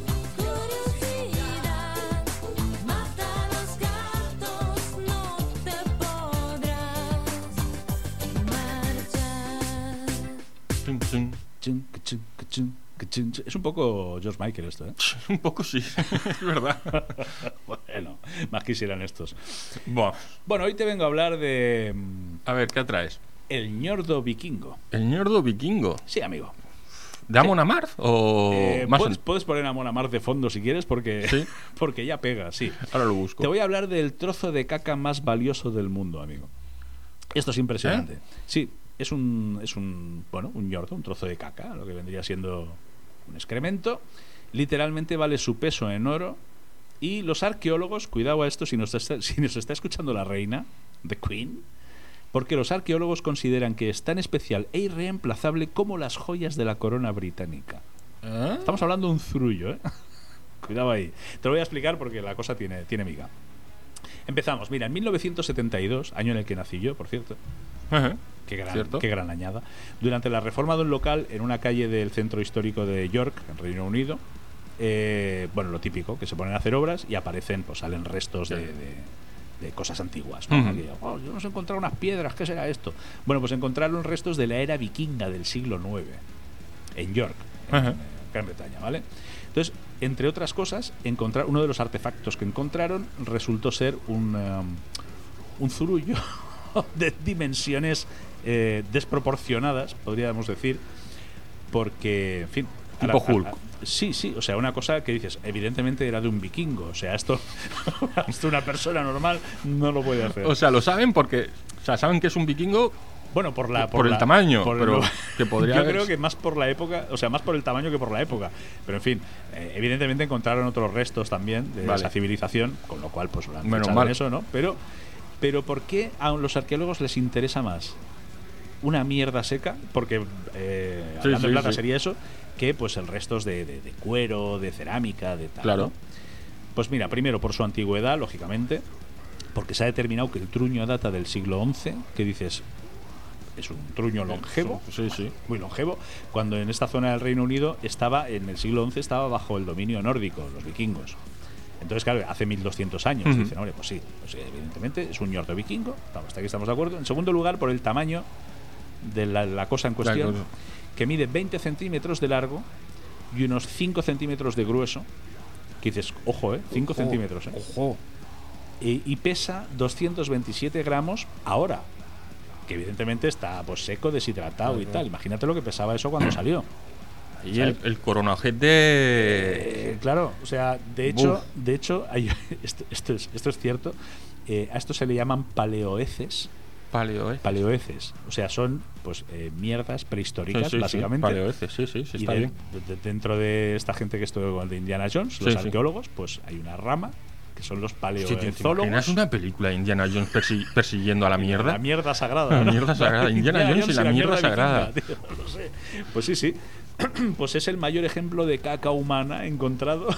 S2: Tum, tum.
S1: Chun, que chun, que chun, que chun, chun. Es un poco George Michael esto, ¿eh?
S2: Un poco sí, es verdad.
S1: Bueno, más quisieran estos.
S2: Buah.
S1: Bueno, hoy te vengo a hablar de... mm,
S2: A ver, ¿qué atraes?
S1: El ñordo vikingo.
S2: ¿El ñordo vikingo?
S1: Sí, amigo.
S2: ¿Damon Amarth o
S1: Eh,
S2: más
S1: puedes,
S2: an-
S1: puedes poner a Mona Mar de fondo si quieres porque,
S2: Sí.
S1: porque ya pega, sí.
S2: Ahora lo busco.
S1: Te voy a hablar del trozo de caca más valioso del mundo, amigo. Esto es impresionante. Sí, es un, es un, bueno, un yordo, un trozo de caca, lo que vendría siendo un excremento. Literalmente vale su peso en oro. Y los arqueólogos, cuidado a esto si nos está, si nos está escuchando la reina, The Queen, porque los arqueólogos consideran que es tan especial e irreemplazable como las joyas de la corona británica.
S2: ¿Eh?
S1: Estamos hablando de un zurullo, ¿eh? Cuidado ahí. Te lo voy a explicar porque la cosa tiene, tiene miga. Empezamos. Mira, en 1972, año en el que nací yo, por cierto,
S2: Ajá.
S1: Qué gran,
S2: ¿Cierto?
S1: qué gran añada. Durante la reforma de un local en una calle del centro histórico de York, en Reino Unido, eh, bueno, lo típico, que se ponen a hacer obras y aparecen, pues salen restos de,
S2: Sí.
S1: de- de cosas antiguas. ¿no?
S2: Ujú.
S1: Aquí, "Oh, yo nos he encontrado unas piedras, ¿qué será esto? Bueno, pues encontraron restos de la era vikinga del siglo IX, en York, en
S2: Ajá.
S1: eh, Gran Bretaña, ¿vale? Entonces, entre otras cosas, encontrar, uno de los artefactos que encontraron resultó ser un... em, un zurullo de dimensiones eh, desproporcionadas, podríamos decir, porque, en fin.
S2: Tipo
S1: ahora-
S2: Hulk.
S1: a- a- sí, sí, o sea, una cosa que dices, evidentemente era de un vikingo, o sea, esto, esto una persona normal no lo puede hacer.
S2: O sea, lo saben porque. O sea, saben que es un vikingo.
S1: bueno, por la
S2: por el tamaño, pero
S1: lo-
S2: que podría
S1: Yo
S2: haber-
S1: creo que más por la época, o sea, más por el tamaño que por la época. Pero en fin, eh, evidentemente encontraron otros restos también de
S2: Vale.
S1: esa civilización, con lo cual pues lo han
S2: Menos
S1: fichado
S2: mal.
S1: en eso, ¿no? Pero pero ¿por qué a los arqueólogos les interesa más una mierda seca, porque eh,
S2: Sí,
S1: hablando de
S2: sí,
S1: plata
S2: sí.
S1: sería eso, que pues el restos de, de- de cuero, de cerámica, de tal.
S2: Claro.
S1: ¿no? Pues mira, primero por su antigüedad, lógicamente, porque se ha determinado que el truño data del siglo XI, que dices, es un truño longevo,
S2: Sí, sí.
S1: muy longevo, cuando en esta zona del Reino Unido estaba, en el siglo XI estaba bajo el dominio nórdico, los vikingos. Entonces, claro, hace 1200 años.
S2: Ujú.
S1: Dicen, hombre, pues sí, pues sí, evidentemente es un yordo vikingo. Estamos, hasta aquí estamos de acuerdo. En segundo lugar, por el tamaño de la, la cosa en cuestión,
S2: cosa.
S1: que mide 20 centímetros de largo y unos 5 centímetros de grueso. Que dices, ojo, ¿eh? 5 centímetros, ¿eh?
S2: Ojo.
S1: y, y pesa 227 gramos ahora. Que evidentemente está pues seco, deshidratado y tal. Imagínate lo que pesaba eso cuando salió.
S2: Y el, el coronajete.
S1: Eh, claro, o sea, de hecho,
S2: Buf.
S1: de hecho hay- esto, esto es, esto es cierto. eh, a esto se le llaman paleoeces.
S2: Paleo, eh.
S1: Paleoeces. O sea, son pues eh, mierdas prehistóricas,
S2: Sí, sí, sí,
S1: básicamente.
S2: paleoeces, sí, sí,
S1: Y
S2: sí, está
S1: de-
S2: bien.
S1: de- dentro de esta gente que estuvo con el de Indiana Jones, los
S2: Sí, sí.
S1: arqueólogos, pues hay una rama que son los
S2: Hostia, ¿te- te
S1: paleozoólogos.
S2: imaginas una película de Indiana Jones persi- persiguiendo a la mierda?
S1: La mierda sagrada.
S2: La
S1: ¿no?
S2: mierda sagrada. Indiana Jones y la mierda sagrada.
S1: vikinga, tío, no lo sé. Pues sí, sí. Pues es el mayor ejemplo de caca humana encontrado.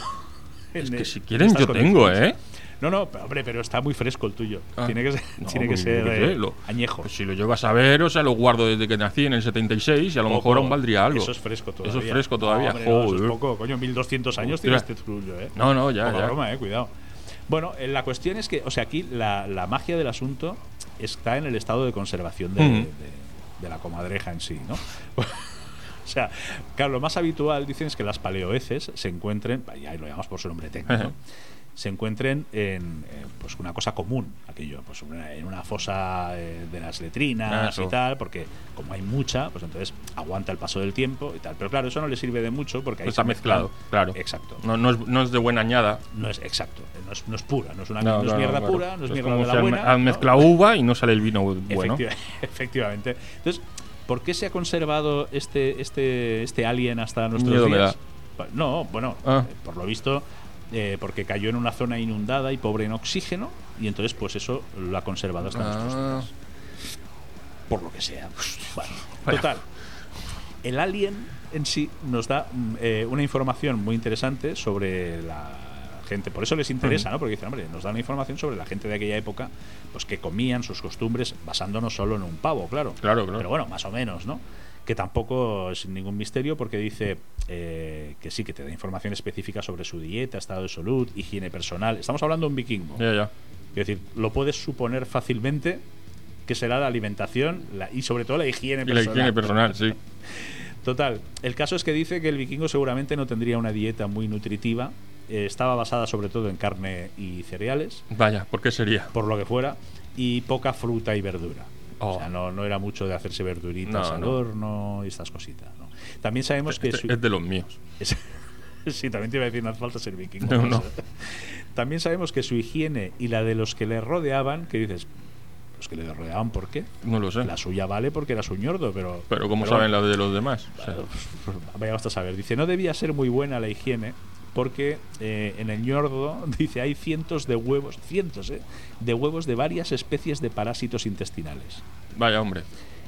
S2: Es
S1: en-
S2: que si
S1: en
S2: quieren
S1: estas
S2: yo tengo,
S1: condiciones.
S2: ¿eh?
S1: No, no, pero, hombre, pero está muy fresco el tuyo.
S2: Ah,
S1: tiene que ser,
S2: no,
S1: tiene que
S2: pues,
S1: ser
S2: yo qué sé,
S1: eh,
S2: lo-
S1: añejo.
S2: pues si lo llevas a ver, o sea, lo guardo desde que nací en el 76 y a lo
S1: Poco.
S2: mejor aún valdría algo.
S1: Eso es fresco todavía.
S2: Eso es fresco
S1: No,
S2: todavía.
S1: hombre, no, eso es
S2: Joder.
S1: poco, coño, 1200 años tiene
S2: Hostia.
S1: este trullo, ¿eh?
S2: No, no, ya,
S1: Poca
S2: ya.
S1: broma, eh, cuidado. Bueno, eh, la cuestión es que, o sea, aquí la, la magia del asunto está en el estado de conservación de,
S2: Ujú.
S1: de- de la comadreja en sí, ¿no? O sea, claro, lo más habitual, dicen, es que las paleoeces se encuentren, y ahí lo llamamos por su nombre técnico,
S2: Ajá.
S1: se encuentren en eh, pues una cosa común, aquello, pues una- en una fosa eh, de las letrinas
S2: Eso.
S1: y tal, porque como hay mucha, pues entonces aguanta el paso del tiempo y tal. Pero claro, eso no le sirve de mucho porque ahí
S2: Pues Está
S1: se
S2: mezclado,
S1: mezclan-
S2: claro.
S1: Exacto.
S2: No, no, es, no es de buena añada.
S1: No es exacto, no es, no es pura, no es una
S2: No,
S1: no es
S2: claro,
S1: mierda
S2: claro.
S1: pura, no es
S2: Es
S1: mierda
S2: como
S1: de
S2: si
S1: la
S2: han-
S1: buena.
S2: Han
S1: ¿no?
S2: mezclado uva y no sale el vino bueno.
S1: Efecti- efectivamente. Entonces, ¿por qué se ha conservado este, este, este alien hasta nuestros
S2: Miedo me
S1: días?
S2: da.
S1: Pa- No, bueno,
S2: Ah.
S1: eh, por lo visto, eh, porque cayó en una zona inundada y pobre en oxígeno, y entonces, pues eso lo ha conservado hasta nuestros días
S2: Ah,
S1: por lo que sea. Pues, Bueno, total. El alien en sí nos da mm, eh, una información muy interesante sobre la gente. Por eso les interesa, ¿no? Porque dicen, hombre, nos da una información sobre la gente de aquella época, pues que comían sus costumbres basándonos solo en un pavo, claro.
S2: Claro, claro.
S1: Pero bueno, más o menos, ¿no? Que tampoco es ningún misterio porque dice eh, que sí, que te da información específica sobre su dieta, estado de salud, higiene personal. Estamos hablando de un vikingo.
S2: ya, ya.
S1: Es decir, lo puedes suponer fácilmente que será la alimentación la- y sobre todo la higiene
S2: Y la
S1: personal.
S2: higiene personal, sí.
S1: Total, el caso es que dice que el vikingo seguramente no tendría una dieta muy nutritiva, eh, estaba basada sobre todo en carne y cereales,
S2: Vaya, ¿por qué sería?
S1: por lo que fuera, y poca fruta y verdura. O sea,
S2: Oh.
S1: no, no era mucho de hacerse verduritas
S2: No,
S1: al
S2: no.
S1: horno y estas cositas. ¿no? También sabemos Pues que... su-
S2: Este es de los míos.
S1: es- sí, también te iba a decir, no hace falta ser vikingo.
S2: No, no.
S1: También sabemos que su higiene y la de los que le rodeaban, que dices, los que le rodeaban, ¿por qué?
S2: No lo sé.
S1: La suya vale porque era su ñordo, pero.
S2: Ah. Pero como saben la de los demás. O sea,
S1: bueno, Vaya basta saber. Dice, no debía ser muy buena la higiene. Porque eh, en el ñordo, dice, hay cientos de huevos, cientos, ¿eh? De huevos de varias especies de parásitos intestinales.
S2: vaya hombre.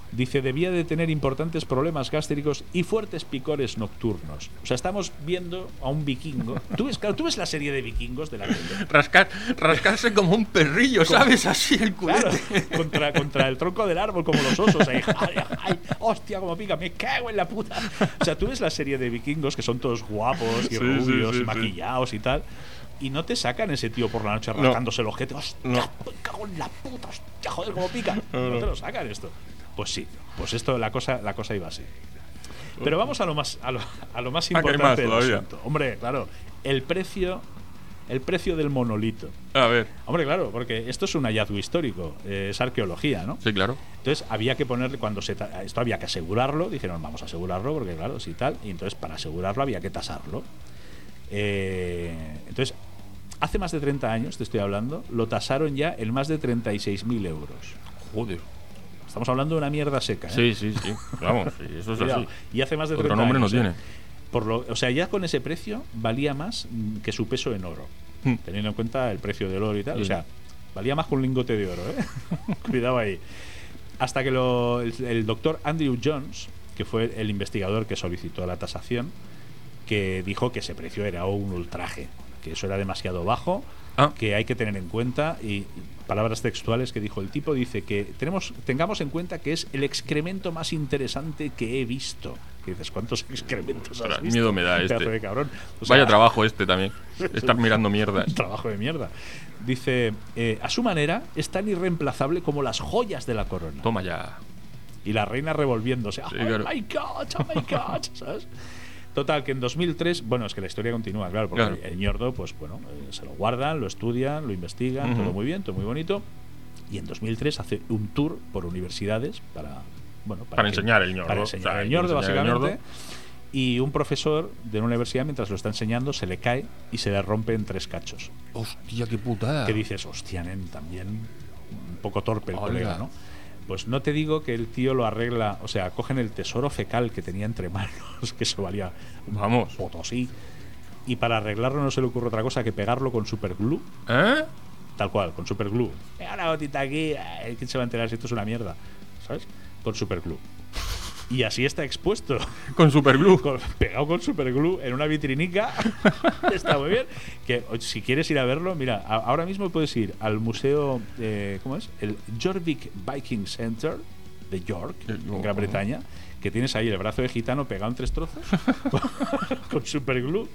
S1: Dice, debía de tener importantes problemas gástricos y fuertes picores nocturnos. O sea, estamos viendo a un vikingo. Tú ves, claro, tú ves la serie de vikingos de la tele.
S2: Rascar, rascarse como un perrillo, ¿sabes? Así el
S1: Claro,
S2: culete.
S1: contra, contra el tronco del árbol, como los osos. ahí. Ay, ay, hostia, como pica, me cago en la puta. O sea, tú ves la serie de vikingos que son todos guapos y
S2: Sí,
S1: rubios
S2: sí, sí,
S1: y maquillados y tal. Y no te sacan ese tío por la noche rascándose el ojete. Hostia,
S2: No.
S1: me cago en la puta, hostia, joder, como pica. No te lo sacan esto. Pues sí, pues esto, la cosa, la cosa iba así. Pero vamos a lo más, a lo, a lo más
S2: Ah, que hay
S1: importante
S2: más
S1: del
S2: todavía.
S1: asunto. Hombre, claro, el precio, el precio del monolito.
S2: A ver.
S1: Hombre, claro, porque esto es un hallazgo histórico, eh, es arqueología, ¿no?
S2: Sí, claro.
S1: Entonces había que ponerle, cuando se ta- esto había que asegurarlo, dijeron vamos a asegurarlo, porque claro, sí tal, y entonces para asegurarlo había que tasarlo. Eh, entonces, hace más de 30 años, te estoy hablando, lo tasaron ya en más de 36.000 euros.
S2: Joder.
S1: Estamos hablando de una mierda seca. ¿eh?
S2: Sí, sí, sí. Vamos, sí, eso es
S1: Cuidado.
S2: así.
S1: Y hace más de 30
S2: Otro nombre no
S1: años, ¿eh?
S2: tiene.
S1: Por lo, o sea, ya con ese precio valía más mm, que su peso en oro,
S2: Hmm.
S1: teniendo en cuenta el precio del oro y tal.
S2: Sí.
S1: O sea, valía más que un lingote de oro, ¿eh? Cuidado ahí. Hasta que lo- el, doctor Andrew Jones, que fue el investigador que solicitó la tasación, que dijo que ese precio era un ultraje, que eso era demasiado bajo,
S2: Ah.
S1: que hay que tener en cuenta, y palabras textuales que dijo el tipo, dice que tenemos, tengamos en cuenta que es el excremento más interesante que he visto. Que dices, ¿cuántos excrementos has
S2: Ostras,
S1: visto?
S2: miedo me da
S1: Pedazo
S2: este.
S1: de cabrón. O sea,
S2: Vaya trabajo este también. Estar mirando mierdas.
S1: Trabajo de mierda. Dice, eh, a su manera, es tan irreemplazable como las joyas de la corona.
S2: Toma ya.
S1: Y la reina revolviéndose.
S2: Sí,
S1: oh
S2: claro.
S1: my god, oh my god, ¿sabes? Total, que en 2003, bueno, es que la historia continúa, claro, porque
S2: Claro.
S1: el ñordo, pues bueno, eh, se lo guardan, lo estudian, lo investigan,
S2: Ujú.
S1: todo muy bien, todo muy bonito. Y en 2003 hace un tour por universidades para, bueno,
S2: Para enseñar el ñordo,
S1: Para
S2: o
S1: enseñar
S2: sea,
S1: el ñordo,
S2: enseñar el
S1: básicamente.
S2: ñordo.
S1: Y un profesor de una universidad, mientras lo está enseñando, se le cae y se le rompe en tres cachos
S2: Hostia, qué putada.
S1: que dices, hostia, nen, también un poco torpe el
S2: Hola.
S1: colega, ¿no? Pues no te digo que el tío lo arregla, o sea, cogen el tesoro fecal que tenía entre manos, que eso valía un
S2: Vamos.
S1: potosí, y para arreglarlo no se le ocurre otra cosa que pegarlo con superglue,
S2: ¿Eh?
S1: tal cual, con superglue. Pega una gotita aquí, ay, ¿quién se va a enterar si esto es una mierda? ¿Sabes? Con superglue. Y así está expuesto
S2: Con superglue.
S1: con- pegado con superglue en una vitrinica. Está muy bien. Que o- si quieres ir a verlo, mira, a- ahora mismo puedes ir al museo, eh, ¿cómo es? El Jorvik Viking Center de York,
S2: Eh,
S1: en
S2: no,
S1: Gran
S2: no.
S1: Bretaña, que tienes ahí el brazo de gitano pegado en tres trozos con superglue.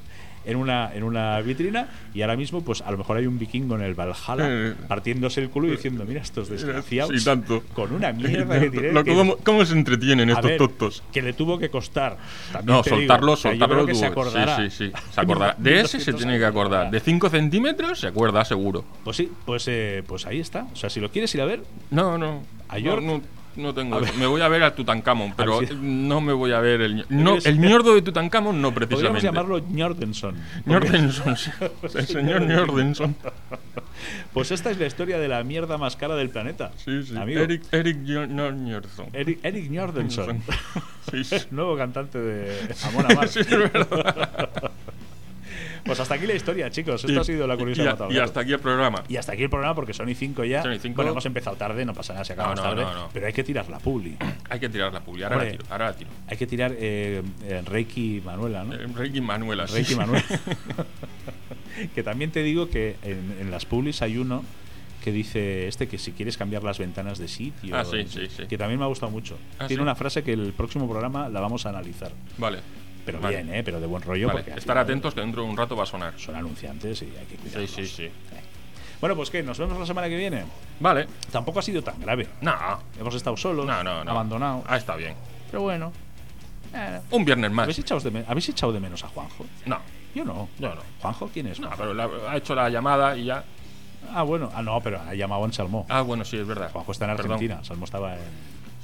S1: En una, en una vitrina y ahora mismo pues a lo mejor hay un vikingo en el Valhalla
S2: Eh.
S1: partiéndose el culo y diciendo mira estos desgraciados
S2: Sí, tanto.
S1: con una mierda que tiene
S2: Lo-
S1: que-
S2: ¿cómo, cómo se entretienen
S1: a
S2: estos
S1: ver,
S2: tontos?
S1: Que le tuvo que costar. También
S2: No,
S1: te digo,
S2: soltarlo,
S1: o sea, yo
S2: soltarlo
S1: creo que se
S2: tú.
S1: acordará.
S2: Sí, sí, sí. Se acordará. De ese se tiene que acordar. De 5 centímetros se acuerda, seguro.
S1: Pues sí, pues, eh, pues ahí está. O sea, si lo quieres ir a ver,
S2: No, no.
S1: ¿A York?
S2: No, no, no tengo
S1: A
S2: eso.
S1: ver.
S2: Me voy a ver a Tutankamón, pero
S1: ver si-
S2: no me voy a ver el. ño- No,
S1: ¿Quieres-
S2: el ñordo de Tutankamón no
S1: podríamos
S2: precisamente.
S1: llamarlo Nordenson.
S2: Ñordenson, sí. El señor Ñordenson.
S1: Pues esta es la historia de la mierda más cara del planeta.
S2: Sí, sí.
S1: Amigo.
S2: Eric, Eric Ñor- Ñor- Ñordenson.
S1: Eric, Eric Nordenson.
S2: Sí, sí.
S1: Nuevo cantante de Amon Amarth.
S2: Sí, es verdad.
S1: Pues hasta aquí la historia, chicos. Esto
S2: Y-
S1: ha sido la
S2: y-
S1: curiosidad.
S2: Y hasta aquí el programa.
S1: Y hasta aquí el programa porque son y 5 ya.
S2: Son y cinco.
S1: Bueno, hemos empezado tarde, no pasa nada si acabamos
S2: No, no,
S1: tarde.
S2: no, no.
S1: Pero hay que tirar la publi.
S2: Hay que tirar la publi. Ahora la
S1: Hombre.
S2: tiro. Ahora la tiro.
S1: Hay que tirar eh, eh, Reiki Manuela, ¿no?
S2: Eh, Ricky Manuela. sí.
S1: Reiki Manuel. que también te digo que en, en las publis hay uno que dice este que si quieres cambiar las ventanas de sitio. eh,
S2: Ah, sí, sí, sí.
S1: Que también me ha gustado mucho.
S2: Ah,
S1: Tiene
S2: sí.
S1: una frase que el próximo programa la vamos a analizar.
S2: Vale.
S1: Pero
S2: Vale.
S1: bien, ¿eh? Pero de buen rollo.
S2: Vale,
S1: porque al
S2: Estar
S1: final
S2: atentos que dentro de un rato va a sonar.
S1: Son anunciantes y hay que
S2: Sí,
S1: cuidarlos.
S2: sí, sí.
S1: Bueno, pues que nos vemos la semana que viene.
S2: Vale.
S1: Tampoco ha sido tan grave.
S2: No.
S1: Hemos estado solos,
S2: No, no, no.
S1: abandonados.
S2: Ah, está bien.
S1: Pero bueno. Eh,
S2: Un viernes
S1: ¿habéis,
S2: más.
S1: echado de men- ¿Habéis echado de menos a Juanjo?
S2: No.
S1: Yo no.
S2: Yo no.
S1: ¿Juanjo quién es?
S2: No, pero la- ha hecho la llamada y ya.
S1: Ah, bueno. Ah, no, pero ha llamado en Salmó.
S2: Ah, bueno, sí, es verdad.
S1: Juanjo está en
S2: Perdón.
S1: Argentina, Salmo estaba en,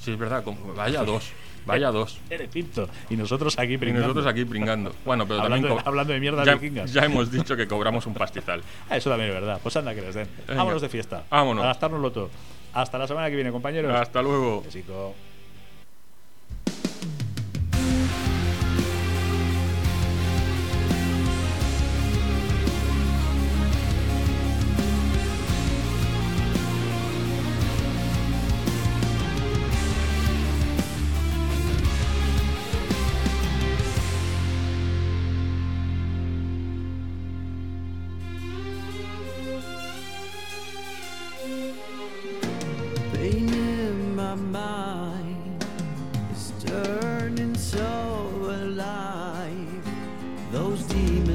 S2: Sí, es verdad. como- Vaya dos.
S1: Eh,
S2: Vaya dos.
S1: en Egipto y nosotros aquí
S2: Y
S1: brincando.
S2: nosotros aquí pringando. Bueno, pero
S1: hablando,
S2: también.
S1: de,
S2: co-
S1: hablando de mierda
S2: ya,
S1: vikingas.
S2: ya hemos dicho que cobramos un pastizal.
S1: Ah, Eso también es verdad. Pues anda que les den.
S2: Venga.
S1: Vámonos de fiesta.
S2: Vámonos.
S1: A gastárnoslo todo. Hasta la semana que viene, compañeros.
S2: Hasta luego.
S1: Besito.
S4: Pain in my mind is turning so alive. Those demons.